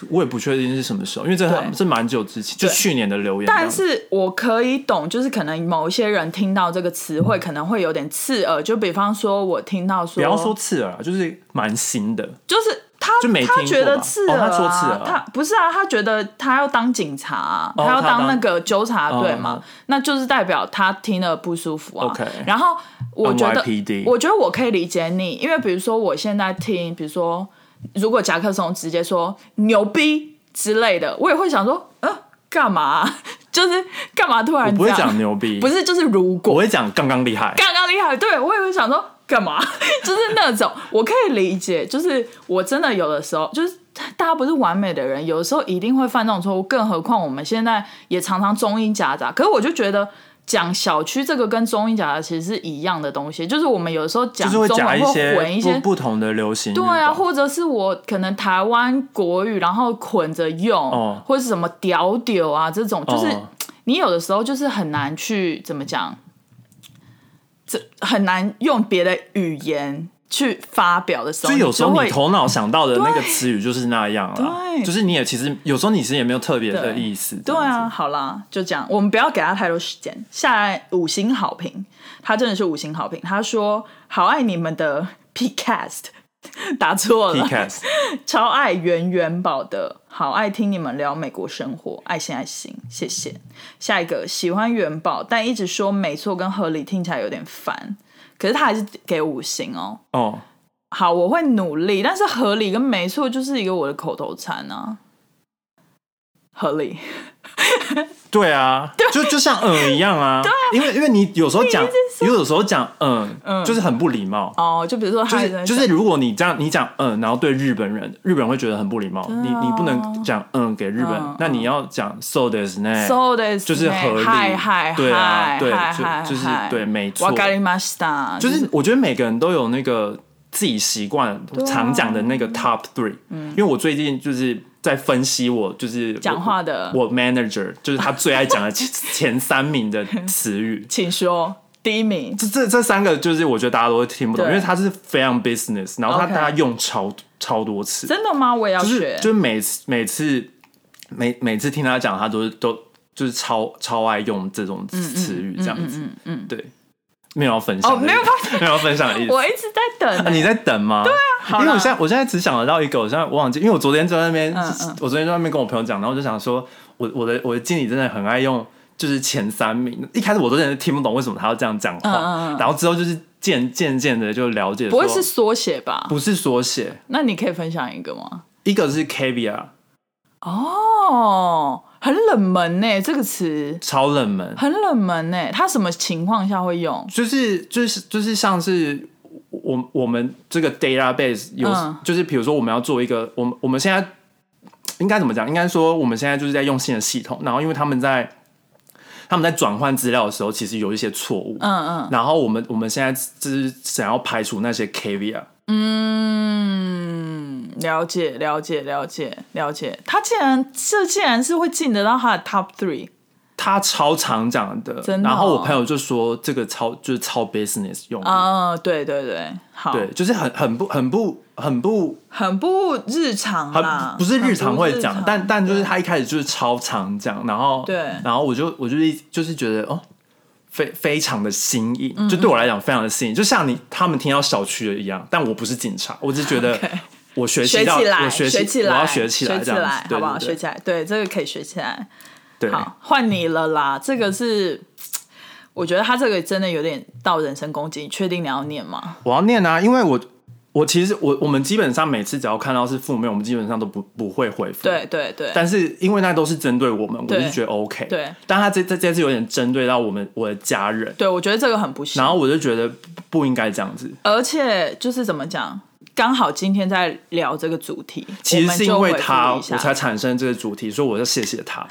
Speaker 1: 我也不确定是什么时候，因为这
Speaker 2: 对
Speaker 1: 这蛮久之前，就
Speaker 2: 对
Speaker 1: 去年的留言这样
Speaker 2: 但
Speaker 1: 子。
Speaker 2: 是我可以懂，就是可能某一些人听到这个词汇可能会有点刺耳，就比方说我听到说，
Speaker 1: 不要说刺耳啊，就是蛮新的，
Speaker 2: 就是他
Speaker 1: 就没
Speaker 2: 他
Speaker 1: 听过
Speaker 2: 觉得
Speaker 1: 吧
Speaker 2: 刺耳、啊
Speaker 1: 哦他说刺耳啊
Speaker 2: 他不是啊，他觉得他要当警察啊、
Speaker 1: 哦
Speaker 2: 他要
Speaker 1: 他要
Speaker 2: 当那
Speaker 1: 当
Speaker 2: 个纠察队嘛、
Speaker 1: 哦哦
Speaker 2: 那就是代表他听了不舒服啊。
Speaker 1: OK
Speaker 2: 然后我觉得
Speaker 1: NYPD
Speaker 2: 我觉得我可以理解你，因为比如说我现在听，比如说如果夹克松直接说牛逼之类的，我也会想说，呃，干嘛啊、就是干嘛突
Speaker 1: 我
Speaker 2: 然
Speaker 1: 不会
Speaker 2: 这样？
Speaker 1: 讲牛逼，
Speaker 2: 不是，就是如果
Speaker 1: 我会讲刚刚厉害。
Speaker 2: 刚刚厉害，对我也会想说干嘛， 就是那种我可以理解，就是我真的有的时候就是。大家不是完美的人，有的时候一定会犯这种错误，更何况我们现在也常常中英夹杂。可是我就觉得讲小区这个跟中英夹杂其实是一样的东西，就是我们有的时候
Speaker 1: 就
Speaker 2: 讲
Speaker 1: 是
Speaker 2: 中
Speaker 1: 会
Speaker 2: 文
Speaker 1: 讲一
Speaker 2: 会混一些
Speaker 1: 不不同的流行语
Speaker 2: 对
Speaker 1: 吧，
Speaker 2: 啊，或者是我可能台湾国语，然后混着用，
Speaker 1: 哦
Speaker 2: 或是什么屌屌啊这种，就是、
Speaker 1: 哦
Speaker 2: 你有的时候就是很难去怎么讲，这很难用别的语言。去发表的时
Speaker 1: 就
Speaker 2: 候，
Speaker 1: 有时候
Speaker 2: 你
Speaker 1: 你
Speaker 2: 就会
Speaker 1: 头脑想到的那个词语就是那样啦
Speaker 2: 对，
Speaker 1: 就是你也其实有时候你其实也没有特别的
Speaker 2: 对
Speaker 1: 意思，
Speaker 2: 对啊，好啦，就这样，我们不要给他太多时间。下来五星好评，他真的是五星好评。他说：“好爱你们的 Pcast，打错
Speaker 1: 这
Speaker 2: 了
Speaker 1: 样子。，Pcast
Speaker 2: 超爱圆元宝的，好爱听你们聊美国生活，爱心爱心，谢谢。下一个喜欢元宝，但一直说没错跟合理听起来有点烦，可是他还是给五星哦。
Speaker 1: 哦，
Speaker 2: 好，我会努力，但是合理跟没错就是一个我的口头禅啊。合理，
Speaker 1: 对啊，就就像嗯一样 啊，对，因为因为你有时候讲，你有时候讲嗯，就是很不礼貌。
Speaker 2: 哦，就比如说
Speaker 1: 就
Speaker 2: 他
Speaker 1: 是就是，如果你这样你讲嗯，然后对日本人，日本人会觉得很不礼貌。你你不能讲嗯给日本人
Speaker 2: 啊嗯，
Speaker 1: 那你要讲 so this 呢？
Speaker 2: so 的
Speaker 1: 就是合理
Speaker 2: 嗨嗨，
Speaker 1: 对啊
Speaker 2: 嗨
Speaker 1: 对
Speaker 2: 嗨
Speaker 1: 就
Speaker 2: 嗨
Speaker 1: 就是
Speaker 2: 嗨
Speaker 1: 对没错
Speaker 2: わかりました，
Speaker 1: 就是我觉得每个人都有那个自己习惯
Speaker 2: 啊
Speaker 1: 常讲的那
Speaker 2: 嗯
Speaker 1: 个 top three，、因为我最近就是在分析我就是我
Speaker 2: 讲话的
Speaker 1: 我 manager 就是他最爱 讲的前前三名的词语。
Speaker 2: 请说第一名，
Speaker 1: 这这这三个就是我觉得大家都会听不懂，因
Speaker 2: 对
Speaker 1: 为他是非常 business，然后他
Speaker 2: OK
Speaker 1: 大家用超超多次，
Speaker 2: 真的吗？我也要
Speaker 1: 就是
Speaker 2: 学，
Speaker 1: 就是每次每次每每次听他讲，他都是都就是超超爱用这种词语这样子，嗯嗯对，没有要分享
Speaker 2: 哦
Speaker 1: 的意思，
Speaker 2: 没有 办
Speaker 1: 没有要分享的意思，
Speaker 2: 我一直在等
Speaker 1: 啊、
Speaker 2: 欸、
Speaker 1: 你在等吗？对
Speaker 2: 好
Speaker 1: 啊
Speaker 2: 啦
Speaker 1: 因为我现在我现在只想得到一个，我现在忘记，因为我昨天就在那边，
Speaker 2: 嗯嗯
Speaker 1: 我昨天就在那边跟我朋友讲，然后我就想说，我我的我的经理真的很爱用，就是前三名，一开始我都真的听不懂为什么他要这样讲话，
Speaker 2: 嗯嗯嗯
Speaker 1: 然后之后就是渐渐渐的就了解说，
Speaker 2: 不会是缩写吧？
Speaker 1: 不是缩写，
Speaker 2: 那你可以分享一个吗？
Speaker 1: 一个是 caviar
Speaker 2: 哦，很冷门呢、这个词
Speaker 1: 超冷门，
Speaker 2: 很冷门呢、它什么情况下会用？
Speaker 1: 就是就是就是像是我我们这个 database 有，
Speaker 2: 嗯
Speaker 1: 就是比如说我们要做一个，我们我们现在应该怎么讲？应该说我们现在就是在用新的系统，然后因为他们在他们在转换资料的时候，其实有一些错误，
Speaker 2: 嗯
Speaker 1: 然后我们我们现在就是想要排除那些 caviar，
Speaker 2: 嗯嗯，了解了解了解了解。他竟然这竟然是会进得到他的 top three，
Speaker 1: 他超常讲的，
Speaker 2: 真的哦
Speaker 1: 然后我朋友就说这个超就是超 business 用的，
Speaker 2: 啊、对对对，好，
Speaker 1: 对，就是很很不很不很不
Speaker 2: 很不日常啦
Speaker 1: 他，不是日常会讲
Speaker 2: 很，不日
Speaker 1: 但但就是
Speaker 2: 对
Speaker 1: 他一开始就是超常讲，然后
Speaker 2: 对
Speaker 1: 然后我就我就一就是觉得哦，非非常的新颖，
Speaker 2: 嗯
Speaker 1: 就对我来讲非常的新颖，就像你他们听到小区的一样，但我不是警察，我只是觉 得
Speaker 2: OK
Speaker 1: 我学习
Speaker 2: 学
Speaker 1: 到
Speaker 2: 起来，
Speaker 1: 我
Speaker 2: 学
Speaker 1: 习
Speaker 2: 起
Speaker 1: 我
Speaker 2: 来，
Speaker 1: 要学起来
Speaker 2: 学
Speaker 1: 这
Speaker 2: 起
Speaker 1: 样
Speaker 2: 来
Speaker 1: 子，，对
Speaker 2: 好不好？
Speaker 1: 对
Speaker 2: 学起来，对，这个可以学起来。
Speaker 1: 对
Speaker 2: 好，换你了啦。这个是，我觉得他这个真的有点到人身攻击。你确定你要念吗？
Speaker 1: 我要念啊，因为我我其实我我们基本上每次只要看到是负面，我们基本上都不不会回复，
Speaker 2: 对对对，
Speaker 1: 但是因为那都是针对我们，我
Speaker 2: 对
Speaker 1: 就觉得 OK，
Speaker 2: 对，
Speaker 1: 但他这这这次有点针对到我们我的家人，
Speaker 2: 对我觉得这个很不行
Speaker 1: 然。后我就觉得不不应该这样子。
Speaker 2: 而且就是怎么讲，刚好今天在聊这个主题，
Speaker 1: 其实是因为
Speaker 2: 我
Speaker 1: 他，
Speaker 2: 们
Speaker 1: 我
Speaker 2: 就回复一下
Speaker 1: 才产生这个主题，所以我就谢谢 他，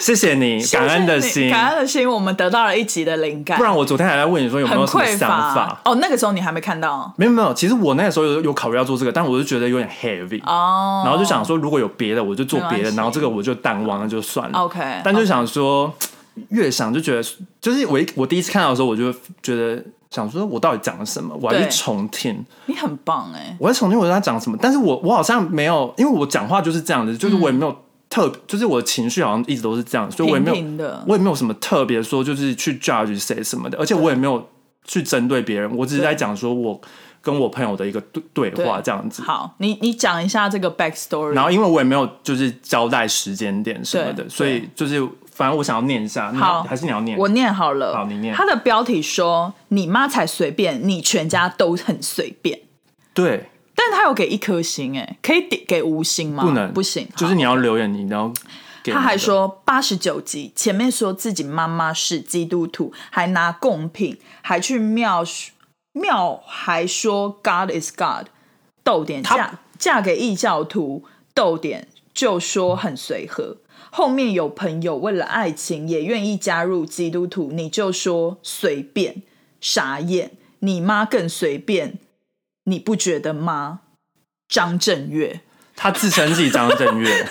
Speaker 1: 谢谢你，感恩的
Speaker 2: 谢谢你
Speaker 1: 心。
Speaker 2: 感恩的心，我们得到了一集的灵感，
Speaker 1: 不然我昨天还在问你说有没
Speaker 2: 很
Speaker 1: 有什么
Speaker 2: 匮
Speaker 1: 想
Speaker 2: 乏
Speaker 1: 法。。
Speaker 2: 哦，那个时候你还没看到
Speaker 1: 没有没有，其实我那个时候有有考虑要做这个，但我就觉得有点 heavy，、
Speaker 2: 哦，
Speaker 1: 然后就想说如果有别的我就做别
Speaker 2: 没
Speaker 1: 的
Speaker 2: 关，系
Speaker 1: 然后这个我就淡忘了就算了。
Speaker 2: OK，哦
Speaker 1: 但就想说，越想就觉得，就是我一我第一次看到的时候，我就觉得想说我到底讲了什么，我还
Speaker 2: 对
Speaker 1: 去重听，
Speaker 2: 你很棒哎、
Speaker 1: 我在重听我在讲什么，但是我我好像没有，因为我讲话就是这样子，就是
Speaker 2: 嗯
Speaker 1: 我也没有特，就是我的情绪好像一直都是这样，所以我也没有，
Speaker 2: 平平的
Speaker 1: 我也没有什么特别说就是去 judge 谁什么的，而且我也没有去针对别人，我只是在讲说我跟我朋友的一个对对话这样子。
Speaker 2: 好，你你讲一下这个 backstory，
Speaker 1: 然后因为我也没有就是交代时间点什么
Speaker 2: 对
Speaker 1: 的，所以就是反正我想要念一下，你
Speaker 2: 好
Speaker 1: 还是你要念？
Speaker 2: 我念好了。
Speaker 1: 好你念
Speaker 2: 它的标题说：“你妈才随便，你全家都很随便。
Speaker 1: 对，”
Speaker 2: 但他有给一颗星、哎，可以点给无星吗？
Speaker 1: 不能
Speaker 2: 啊不行。
Speaker 1: 就是你要留言，你要给
Speaker 2: 他还
Speaker 1: 那个
Speaker 2: 说八十九集前面说自己妈妈是基督徒，还拿贡品，还去庙庙还说 God is God，逗点
Speaker 1: 他
Speaker 2: 嫁嫁给异教徒，逗点就说很随和。后面有朋友为了爱情也愿意加入基督徒，你就说随便，傻眼，你妈更随便，你不觉得吗？张震岳，
Speaker 1: 他自称自己张震 岳，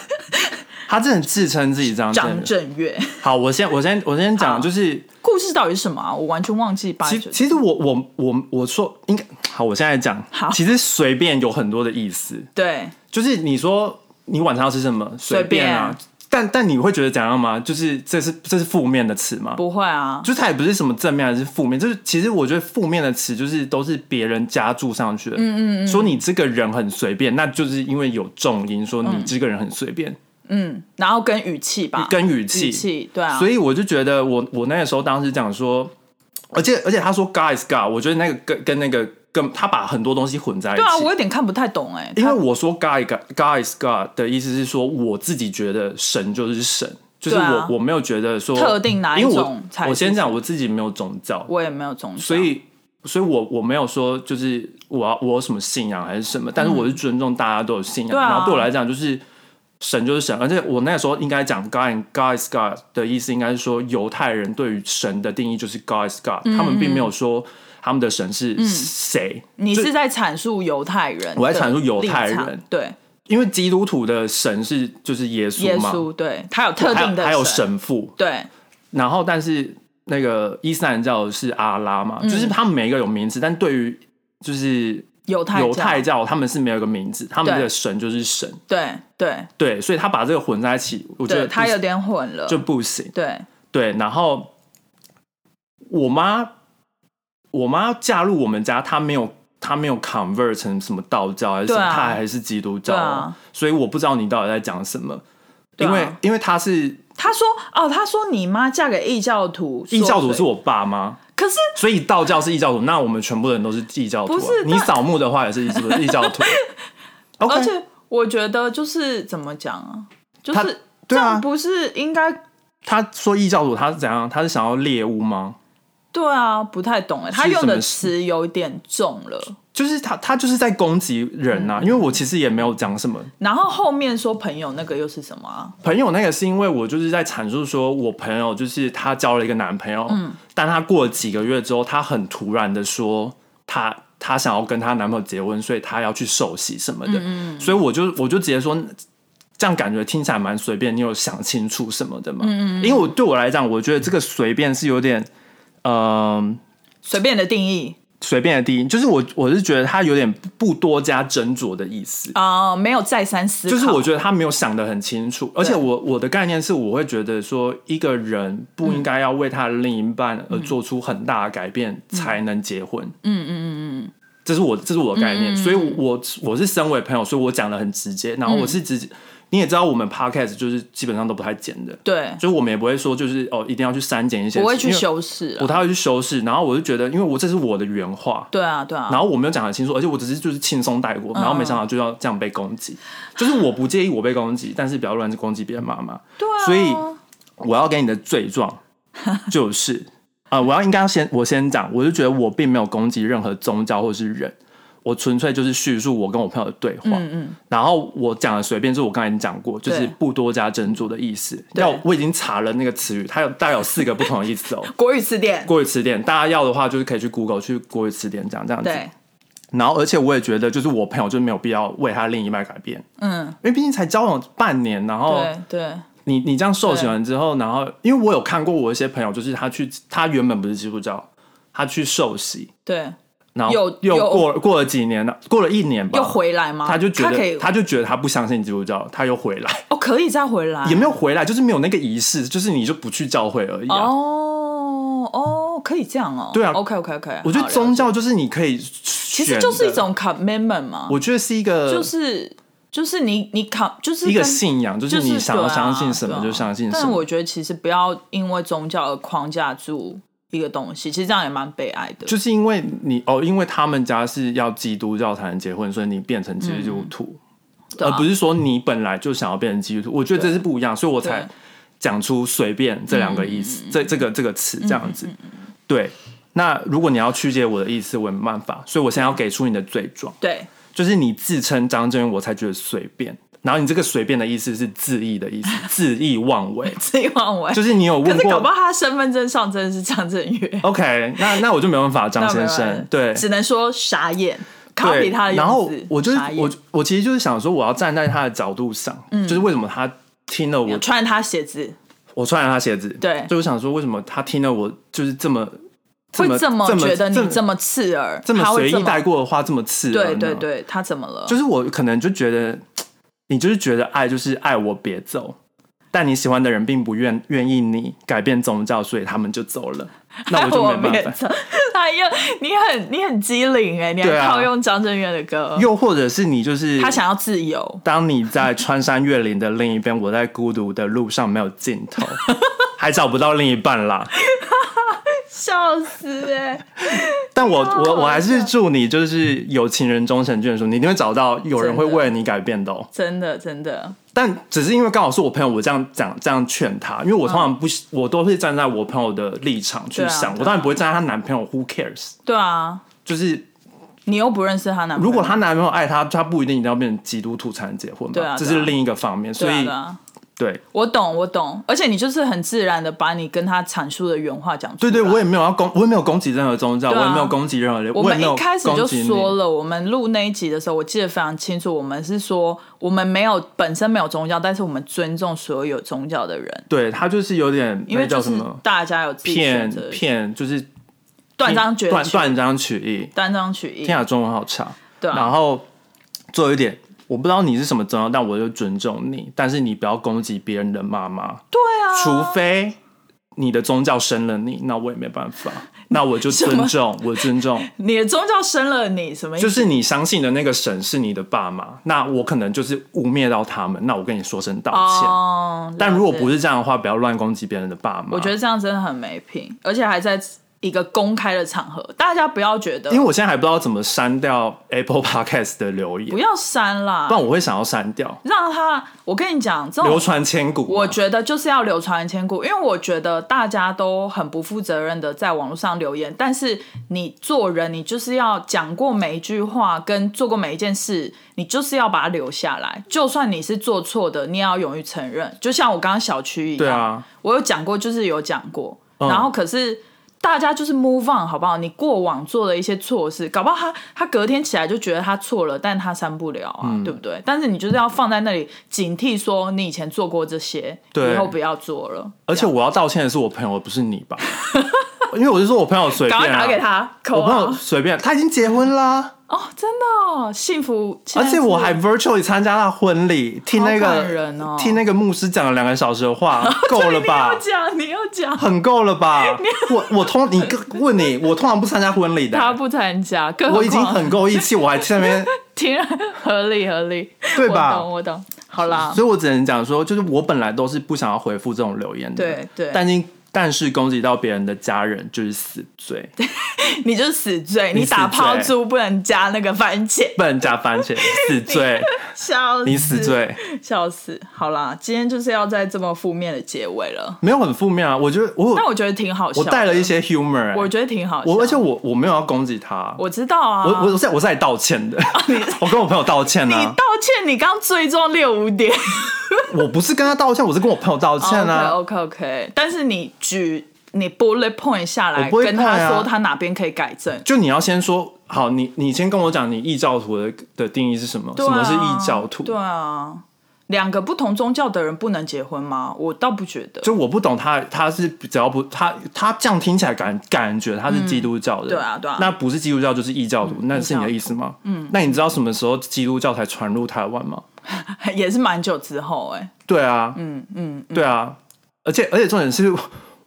Speaker 1: 他真的自称自己张震
Speaker 2: 张
Speaker 1: 岳。
Speaker 2: 震岳。
Speaker 1: 好，我先我先我先
Speaker 2: 好
Speaker 1: 讲，就是
Speaker 2: 故事到底是什么啊？我完全忘记八
Speaker 1: 其
Speaker 2: 九。
Speaker 1: 其实我我我我说应该好，我现在讲
Speaker 2: 好，
Speaker 1: 其实随便有很多的意思，
Speaker 2: 对，
Speaker 1: 就是你说你晚上要吃什么，随啊
Speaker 2: 随。
Speaker 1: 但但你会觉得怎样吗？就是这是这是负面的词吗？
Speaker 2: 不会啊，
Speaker 1: 就是它也不是什么正面还是负面，就是其实我觉得负面的词就是都是别人加注上去的。嗯嗯嗯，说你这个人很随便，那就是因为有重音，说
Speaker 2: 嗯
Speaker 1: 你这个人很随便，
Speaker 2: 然后跟语气吧，
Speaker 1: 跟语
Speaker 2: 啊语
Speaker 1: 气。
Speaker 2: 气，对啊，
Speaker 1: 所以我就觉得我我那个时候当时讲说，而且而且他说 God is God，我觉得那个跟跟那个跟他把很多东西混在一起。
Speaker 2: 对啊，我有点看不太懂哎、
Speaker 1: 因为我说 God God God is God 的意思是说，我自己觉得神就是神，就是我、
Speaker 2: 对啊
Speaker 1: 我没有觉得说
Speaker 2: 特定哪一
Speaker 1: 因为我
Speaker 2: 种才
Speaker 1: 我
Speaker 2: 是
Speaker 1: 先讲我自己没有宗教，
Speaker 2: 我也没有宗教，
Speaker 1: 所以所以我我没有说就是我要我有什么信仰还是什么，但是我是尊重大家都有信仰，
Speaker 2: 对啊
Speaker 1: 然后对我来讲就是。神就是神，而且我那时候应该讲 God and God is God 的意思，应该是说犹太人对于神的定义就是 God is
Speaker 2: 嗯
Speaker 1: God，、他们并没有说他们的神是谁，
Speaker 2: 你
Speaker 1: 就是
Speaker 2: 在阐述犹太人，
Speaker 1: 我在阐述犹太人，
Speaker 2: 对，
Speaker 1: 因为基督徒的神是就是耶
Speaker 2: 耶
Speaker 1: 稣嘛，
Speaker 2: 稣，对他有特
Speaker 1: 还有
Speaker 2: 定的
Speaker 1: 还有，神父，
Speaker 2: 对
Speaker 1: 然后但是那个伊斯兰教是阿拉嘛，
Speaker 2: 嗯
Speaker 1: 就是他们每一个有名字，但对于就是
Speaker 2: 犹太
Speaker 1: 犹
Speaker 2: 教
Speaker 1: 太教他们是没有一个名字，他们
Speaker 2: 对
Speaker 1: 的神就是神，
Speaker 2: 对对
Speaker 1: 对，所以他把这个混在一起，我觉
Speaker 2: 对，
Speaker 1: 得
Speaker 2: 他
Speaker 1: 不
Speaker 2: 有点混了，
Speaker 1: 就不行，
Speaker 2: 对，
Speaker 1: 对，然后我妈我妈嫁入我们家，她没有。她没有 convert 成什么道教还是什么，
Speaker 2: 对啊
Speaker 1: 她还是基督教、哦
Speaker 2: 对啊
Speaker 1: 所以我不知道你到底在讲什么，
Speaker 2: 对啊
Speaker 1: 因为因为她是
Speaker 2: 他说哦，他说你妈嫁给异教徒，
Speaker 1: 异教徒是
Speaker 2: 我，
Speaker 1: 我爸妈，
Speaker 2: 可是
Speaker 1: 所以道教是异教徒，那我们全部人都是异教徒、啊。
Speaker 2: 不是
Speaker 1: 你扫墓的话也是异异教 徒。OK，
Speaker 2: 而且我觉得就是怎么讲啊，就
Speaker 1: 他
Speaker 2: 是这
Speaker 1: 对啊
Speaker 2: 样不是应该。
Speaker 1: 他说异教徒，他是怎样？他是想要猎物吗？
Speaker 2: 对啊，不太懂哎，他
Speaker 1: 是
Speaker 2: 用
Speaker 1: 什么
Speaker 2: 的词有点重了。
Speaker 1: 就是他，他就是在攻击人呐、啊。因为我其实也没有讲什么。
Speaker 2: 然后后面说朋友那个又是什么啊？
Speaker 1: 朋友那个是因为我就是在阐述说，我朋友就是她交了一个男朋友，但她过了几个月之后，她很突然的说她她想要跟她男朋友结婚，所以她要去受洗什么的，所以我就我就直接说。这样感觉听起来蛮随便，你有想清楚什么的吗？因为我对我来讲，我觉得这个随便是有点，嗯、
Speaker 2: 随便的定义
Speaker 1: 随便的定义，就是我我是觉得他有点不多加斟酌的意思。
Speaker 2: 啊、没有再三思考。
Speaker 1: 就是我觉得他没有想得很清楚，而且我我的概念是，我会觉得说，一个人不应该要为他的另一半而做出很大的改变才能结婚。嗯嗯嗯嗯，这是我这是我的概念，所以我我是身为朋友，所以我讲的很直接，然后我是直接。你也知道，我们 podcast 就是基本上都不太剪的，
Speaker 2: 对，
Speaker 1: 所以我们也不会说就是哦，一定要去删减一些，
Speaker 2: 不会去
Speaker 1: 因为
Speaker 2: 修饰啊
Speaker 1: 我
Speaker 2: 了。
Speaker 1: 他会去修饰。然后我就觉得，因为我这是我的原话，
Speaker 2: 对啊，对啊。
Speaker 1: 然后我没有讲得清楚，而且我只是就是轻松带过，然后没
Speaker 2: 嗯
Speaker 1: 想到就要这样被攻击。就是我不介意我被攻击，但是不要乱攻击别人妈妈。
Speaker 2: 对啊，
Speaker 1: 所以我要给你的罪 状就是啊、呃我要应该要先我先讲，我就觉得我并没有攻击任何宗教或是人，我纯粹就是叙述我跟我朋友的对话。
Speaker 2: 嗯嗯，
Speaker 1: 然后我讲的随便，就是我刚才已经讲过，就是
Speaker 2: 对
Speaker 1: 不多加斟酌的意思。
Speaker 2: 对
Speaker 1: 要我已经查了那个词语，它有大概有四个不同的意思哦。
Speaker 2: 国语词典，
Speaker 1: 国语词典，大家要的话就是可以去 Google 去国语词典讲这样子。
Speaker 2: 对，
Speaker 1: 然后，而且我也觉得，就是我朋友就没有必要为他另一半改变，
Speaker 2: 嗯，
Speaker 1: 因为毕竟才交往半年，然后
Speaker 2: 对对，
Speaker 1: 你你这样受洗完之后，然后因为我有看过我一些朋友，就是他去他原本不是基督教，他去受洗，
Speaker 2: 对，
Speaker 1: 然后
Speaker 2: 有
Speaker 1: 又
Speaker 2: 有
Speaker 1: 过过了几年了，过了一年吧，
Speaker 2: 又回来吗？
Speaker 1: 他就觉
Speaker 2: 他可以
Speaker 1: 得他就觉得他不相信基督教，他又回来，
Speaker 2: 哦，可以再回来
Speaker 1: 也没有回来，就是没有那个仪式，就是你就不去教会而已啊。
Speaker 2: 哦哦，可以这样哦。
Speaker 1: 对啊
Speaker 2: ，OK OK OK，
Speaker 1: 我觉得宗教就是你可以，
Speaker 2: 其
Speaker 1: 其
Speaker 2: 实就是一，种 commitment 嘛，
Speaker 1: 我觉得是一个
Speaker 2: 就是就是你你 com 就是
Speaker 1: 一个
Speaker 2: 跟
Speaker 1: 信仰，就是
Speaker 2: 就是
Speaker 1: 你想要
Speaker 2: 对啊
Speaker 1: 相信什么
Speaker 2: 对啊
Speaker 1: 就相信什
Speaker 2: 但
Speaker 1: 么。
Speaker 2: 我觉得其实不要因为宗教而框架住一个东西，其实这样也蛮悲哀的。
Speaker 1: 就是因为你哦，因为他们家是要基督教才能结婚，所以你变成基督徒，
Speaker 2: 对啊
Speaker 1: 呃而不是说你本来就想要变成基督徒。我觉得这是不一样，所以我才
Speaker 2: 对嗯
Speaker 1: 讲出“随便”这两个意思，这这个这个词这样子。对，那如果你要曲解我的意思，我也没办法，所以我现在要给出你的罪状，
Speaker 2: 对
Speaker 1: 就是你自称张真源，我才觉得随便。然后你这个“随便”的意思是恣意的意 思，恣意妄为，
Speaker 2: 自己妄为，
Speaker 1: 就是你有问
Speaker 2: 可是搞不
Speaker 1: 过
Speaker 2: 好他身份证上真的是张震岳。
Speaker 1: ？OK，那那我就没办法，张
Speaker 2: 那没
Speaker 1: 先
Speaker 2: 办法
Speaker 1: 生，对，
Speaker 2: 只能说傻眼，copy
Speaker 1: 对，
Speaker 2: 他的
Speaker 1: 然
Speaker 2: 用
Speaker 1: 后
Speaker 2: 字。
Speaker 1: 我就是
Speaker 2: 傻眼嗯
Speaker 1: 我我其实就是想说，我要站在他的角度上，就是为什么他听了我
Speaker 2: 穿他鞋子，
Speaker 1: 我穿了他鞋子，
Speaker 2: 对
Speaker 1: 就我想说为什么他听了我就是这么这么
Speaker 2: 会这
Speaker 1: 这么
Speaker 2: 觉
Speaker 1: 这
Speaker 2: 得你
Speaker 1: 么
Speaker 2: 这么刺耳，
Speaker 1: 这么
Speaker 2: 他
Speaker 1: 随
Speaker 2: 会这
Speaker 1: 意
Speaker 2: 么
Speaker 1: 带过的话，这么刺耳
Speaker 2: 对
Speaker 1: 呢
Speaker 2: 对，对，他怎么了？
Speaker 1: 就是我可能就觉得，你就是觉得爱就是爱我别走，但你喜欢的人并不愿愿意你改变宗教，所以他们就走了，那我就 没办法。
Speaker 2: 法。他又你很你很机灵哎，你还
Speaker 1: 对啊
Speaker 2: 套用张震岳的歌，
Speaker 1: 又或者是你就是
Speaker 2: 他想要自由。
Speaker 1: 当你在穿山越岭的另一边，我在孤独的路上没有尽 头，还找不到另一半啦。
Speaker 2: 笑死哎、
Speaker 1: 但我我我还是祝你就是有情人终成眷属，你一定会找到有人会
Speaker 2: 真的
Speaker 1: 为了你改变的、哦。
Speaker 2: 真的真的，
Speaker 1: 但只是因为刚好是我朋友，我这样讲这样劝他，因为我通常不是，我都会站在我朋友的立场去
Speaker 2: 嗯对啊
Speaker 1: 想，
Speaker 2: 对啊
Speaker 1: 我当然不会站在她男朋友，Who cares？
Speaker 2: 对啊，
Speaker 1: 就是
Speaker 2: 你又不认识她男朋友，
Speaker 1: 如果她男朋友爱她，她不一定一定要变成基督徒才能结婚
Speaker 2: 嗯对啊对
Speaker 1: 吧
Speaker 2: 啊，
Speaker 1: 这是另一个方面。所
Speaker 2: 对啊
Speaker 1: 以
Speaker 2: 对啊，
Speaker 1: 对
Speaker 2: 我懂我懂，而且你就是很自然的把你跟他阐述的原话讲出
Speaker 1: 对
Speaker 2: 来。
Speaker 1: 对，我也没有要攻，我也没有攻击任何宗教，
Speaker 2: 对
Speaker 1: 我
Speaker 2: 啊
Speaker 1: 也没有攻击任何人，
Speaker 2: 我
Speaker 1: 也
Speaker 2: 们
Speaker 1: 没有
Speaker 2: 一开始就
Speaker 1: 攻击你
Speaker 2: 说了，我们录那一集的时候，我记得非常清楚，我们是说我们没有本身没有宗教，但是我们尊重所有有宗教的人，
Speaker 1: 对他就是有点
Speaker 2: 因为
Speaker 1: 那
Speaker 2: 就
Speaker 1: 叫什
Speaker 2: 是
Speaker 1: 么
Speaker 2: 大家有自己选
Speaker 1: 骗
Speaker 2: 择的
Speaker 1: 骗，就是
Speaker 2: 断章取
Speaker 1: 断
Speaker 2: 义，
Speaker 1: 断章取义。
Speaker 2: 断章取义
Speaker 1: 天，啊，中文好差。
Speaker 2: 对啊
Speaker 1: 然，后做一点，我不知道你是什么宗教，但我就尊重你，但是你不要攻击别人的妈妈，
Speaker 2: 对啊，
Speaker 1: 除非你的宗教生了你，那我也没办 法，那我就尊重，我尊重，
Speaker 2: 你的宗教生了你什么意思？
Speaker 1: 就是你相信的那个神是你的爸妈，那我可能就是污蔑到他们，那我跟你说声道歉。
Speaker 2: 哦，
Speaker 1: 但如果不
Speaker 2: 是，
Speaker 1: 是这样的话，不要乱攻击别人的爸妈。
Speaker 2: 我觉得这样真的很没品，而且还在一个公开的场合，大家不要觉得
Speaker 1: 因为我现在还不知道怎么删掉 Apple Podcast 的留言
Speaker 2: 不，要删啦
Speaker 1: 不，然我会想要删掉，
Speaker 2: 让他，我跟你讲，这种
Speaker 1: 流传千古嘛。
Speaker 2: 哦我觉得就是要流传千古，因为我觉得大家都很不负责任的在网络上留言，但是你做人，你就是要讲过每一句话，跟做过每一件事，你就是要把它留下来。就算你是做错的，你也要勇于承认。就像我刚刚小区一样，
Speaker 1: 对啊，
Speaker 2: 我有讲过，就是有讲过，
Speaker 1: 嗯
Speaker 2: 然后可是。大家就是 move on 好不好？你过往做的一些错事，搞不好他他隔天起来就觉得他错了，但他删不了啊，
Speaker 1: 嗯
Speaker 2: 对不对？但是你就是要放在那里警惕，说你以前做过这些，
Speaker 1: 对
Speaker 2: 以后不要做了。
Speaker 1: 而且我要道歉的是我朋友，不是你 吧？因为我就说我朋友随便、
Speaker 2: 赶
Speaker 1: 啊，
Speaker 2: 快打给，他，
Speaker 1: 我
Speaker 2: 口
Speaker 1: 朋友
Speaker 2: 号
Speaker 1: 随便，他已经结婚啦，
Speaker 2: 哦，真的哦、幸福。
Speaker 1: 而且我还
Speaker 2: 现在
Speaker 1: virtually 参加他婚礼，听那
Speaker 2: 好
Speaker 1: 个
Speaker 2: 感人哦
Speaker 1: 听那个牧师讲了两个小时的 话，够了
Speaker 2: 是你
Speaker 1: 吧
Speaker 2: 要？讲，你要讲，
Speaker 1: 很够了 吧？我我通你问你，我通常不参加婚礼
Speaker 2: 他
Speaker 1: 的，
Speaker 2: 不参加，更何
Speaker 1: 我已经
Speaker 2: 况
Speaker 1: 很够义气，我还在那边，
Speaker 2: 挺合理合理，
Speaker 1: 对吧，
Speaker 2: 我懂我懂，好啦
Speaker 1: 所以我只能讲说，就是我本来都是不想要回复这种留言的，
Speaker 2: 对对
Speaker 1: 但因但是攻击到别人的家人就是死罪，
Speaker 2: 你就是死罪，
Speaker 1: 你
Speaker 2: 你
Speaker 1: 死罪
Speaker 2: 打抛猪不能加那个番茄，
Speaker 1: 不能加番 茄，死罪，
Speaker 2: 笑死，
Speaker 1: 你死罪。
Speaker 2: 笑死。好啦，今天就是要在这么负面的结尾了，
Speaker 1: 没有很负面啊，我觉得我
Speaker 2: 但我觉得挺好笑
Speaker 1: 我
Speaker 2: 的，
Speaker 1: 带了一些 humor，欸、
Speaker 2: 我觉得挺好笑，
Speaker 1: 我而且我我没有要攻击他，
Speaker 2: 我知道啊，
Speaker 1: 我我我在我在道歉的，
Speaker 2: 哦
Speaker 1: 我跟我朋友道歉
Speaker 2: 你
Speaker 1: 啊，
Speaker 2: 道歉，你刚最终六 五点，
Speaker 1: 我不是跟他道歉，我是跟我朋友道歉啊，
Speaker 2: o k OK OK，但是你举你 bullet point 下来，
Speaker 1: 我不会
Speaker 2: 跟
Speaker 1: 看
Speaker 2: 他
Speaker 1: 啊
Speaker 2: 说他哪边可以改正，
Speaker 1: 就你要先说好，你你先跟我讲你异教徒的的定义是什么，
Speaker 2: 对
Speaker 1: 什么
Speaker 2: 啊
Speaker 1: 是异教徒，
Speaker 2: 对啊，两个不同宗教的人不能结婚吗？我倒不觉得，
Speaker 1: 就我不懂他他是只要不他他这样听起来感感觉他是基督教的、
Speaker 2: 对啊对啊
Speaker 1: 那不是基督教就是异教徒，那是你的意思吗？嗯，那你知道什么时候基督教才传入台湾吗？
Speaker 2: 也是蛮久之后哎、
Speaker 1: 对啊，嗯嗯，对啊，而且而且重点是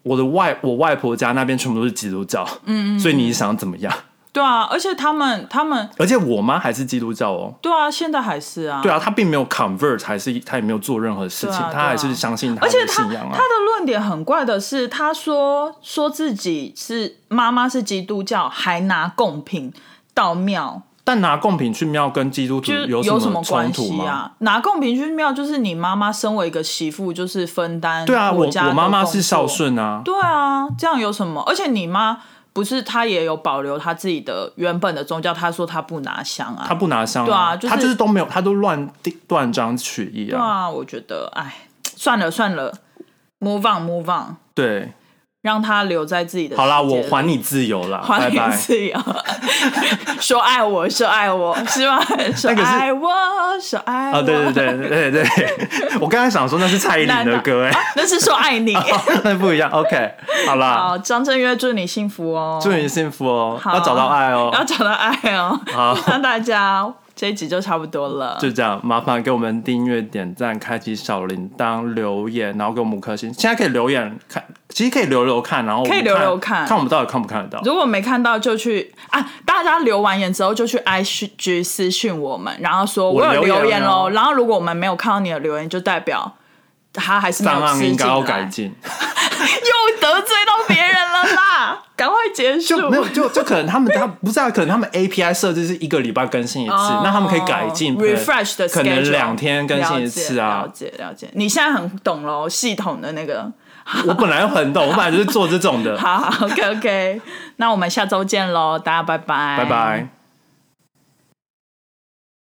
Speaker 1: 我的外我外婆家那边全部都是基督教，嗯嗯，所以你想怎么样？
Speaker 2: 对啊，而且他们他们
Speaker 1: 而且我妈还是基督教哦，
Speaker 2: 对啊，现在还是啊，
Speaker 1: 对啊，她并没有 convert，还是她也没有做任何事情，
Speaker 2: 对啊对啊
Speaker 1: 她还是相信她
Speaker 2: 而
Speaker 1: 的
Speaker 2: 且他
Speaker 1: 信仰啊。
Speaker 2: 他的论点很怪的是，他说说自己是妈妈是基督教，还拿贡品到庙，
Speaker 1: 但拿贡品去庙跟基督徒
Speaker 2: 就是
Speaker 1: 什
Speaker 2: 什
Speaker 1: 么冲
Speaker 2: 关
Speaker 1: 突
Speaker 2: 系
Speaker 1: 吗？
Speaker 2: 啊？拿贡品去庙就是你妈妈身为一个媳妇，就是分担
Speaker 1: 对啊，我
Speaker 2: 国家的
Speaker 1: 我妈妈是
Speaker 2: 工作
Speaker 1: 孝，顺啊，
Speaker 2: 对啊，这样有什么？而且你妈不是她也有保留她自己的原本的宗教，她说她不拿香啊，
Speaker 1: 她不拿香、
Speaker 2: 对啊就是
Speaker 1: 她就是都没有，她都乱定断章取义
Speaker 2: 对
Speaker 1: 啊。
Speaker 2: 啊，我觉得哎，算了算了，move on move on。
Speaker 1: 对，
Speaker 2: 让他留在自己的
Speaker 1: 好啦，
Speaker 2: 世界
Speaker 1: 我
Speaker 2: 里
Speaker 1: 还你自由啦，
Speaker 2: 还
Speaker 1: 拜
Speaker 2: 你
Speaker 1: 拜。
Speaker 2: 自由，说爱我，说爱我，是吧？说
Speaker 1: 那个是
Speaker 2: 爱我，说爱我，
Speaker 1: 啊，对对对对对对， 我刚才想说那是蔡依林的歌哎、
Speaker 2: 啊那是说爱 你。
Speaker 1: 那不一样。OK，好啦，
Speaker 2: 好，张震岳，祝你幸福哦，
Speaker 1: 祝你幸福哦，
Speaker 2: 好
Speaker 1: 要找到爱哦。
Speaker 2: 要找到爱哦。
Speaker 1: 好
Speaker 2: 那大家这一集就差不多了，
Speaker 1: 就这样，麻烦给我们订阅、点赞、开启小铃铛、留言，然后给我们五颗星。现在可以留言看，其实可以留留看，然后我们
Speaker 2: 可以留留看
Speaker 1: 看我们到底看不看得到。
Speaker 2: 如果没看到就去啊，大家留完言之后就去 IG 私讯我们，然后说
Speaker 1: 我
Speaker 2: 有
Speaker 1: 留言
Speaker 2: 留言
Speaker 1: 了
Speaker 2: 喽。
Speaker 1: 哦
Speaker 2: 然后如果我们没有看到你的留言，就代表他还是没有
Speaker 1: 档案
Speaker 2: 吃
Speaker 1: 应
Speaker 2: 进
Speaker 1: 该要改
Speaker 2: 来，
Speaker 1: 进，
Speaker 2: 又得罪到别人了啦！赶快结束，
Speaker 1: 就没有就就可能他们他不是啊，可能他们 API 设置是一个礼拜更新一次，
Speaker 2: 哦
Speaker 1: 那他们可以改进可能
Speaker 2: refresh 的 schedule,
Speaker 1: 可能两天更新一次啊
Speaker 2: 了。解了解了解，你现在很懂喽，系统的那个。
Speaker 1: 我本来就很懂，我本 来就是做这种的。
Speaker 2: 好，OK OK，那我们下周见喽，大家拜拜，
Speaker 1: 拜拜。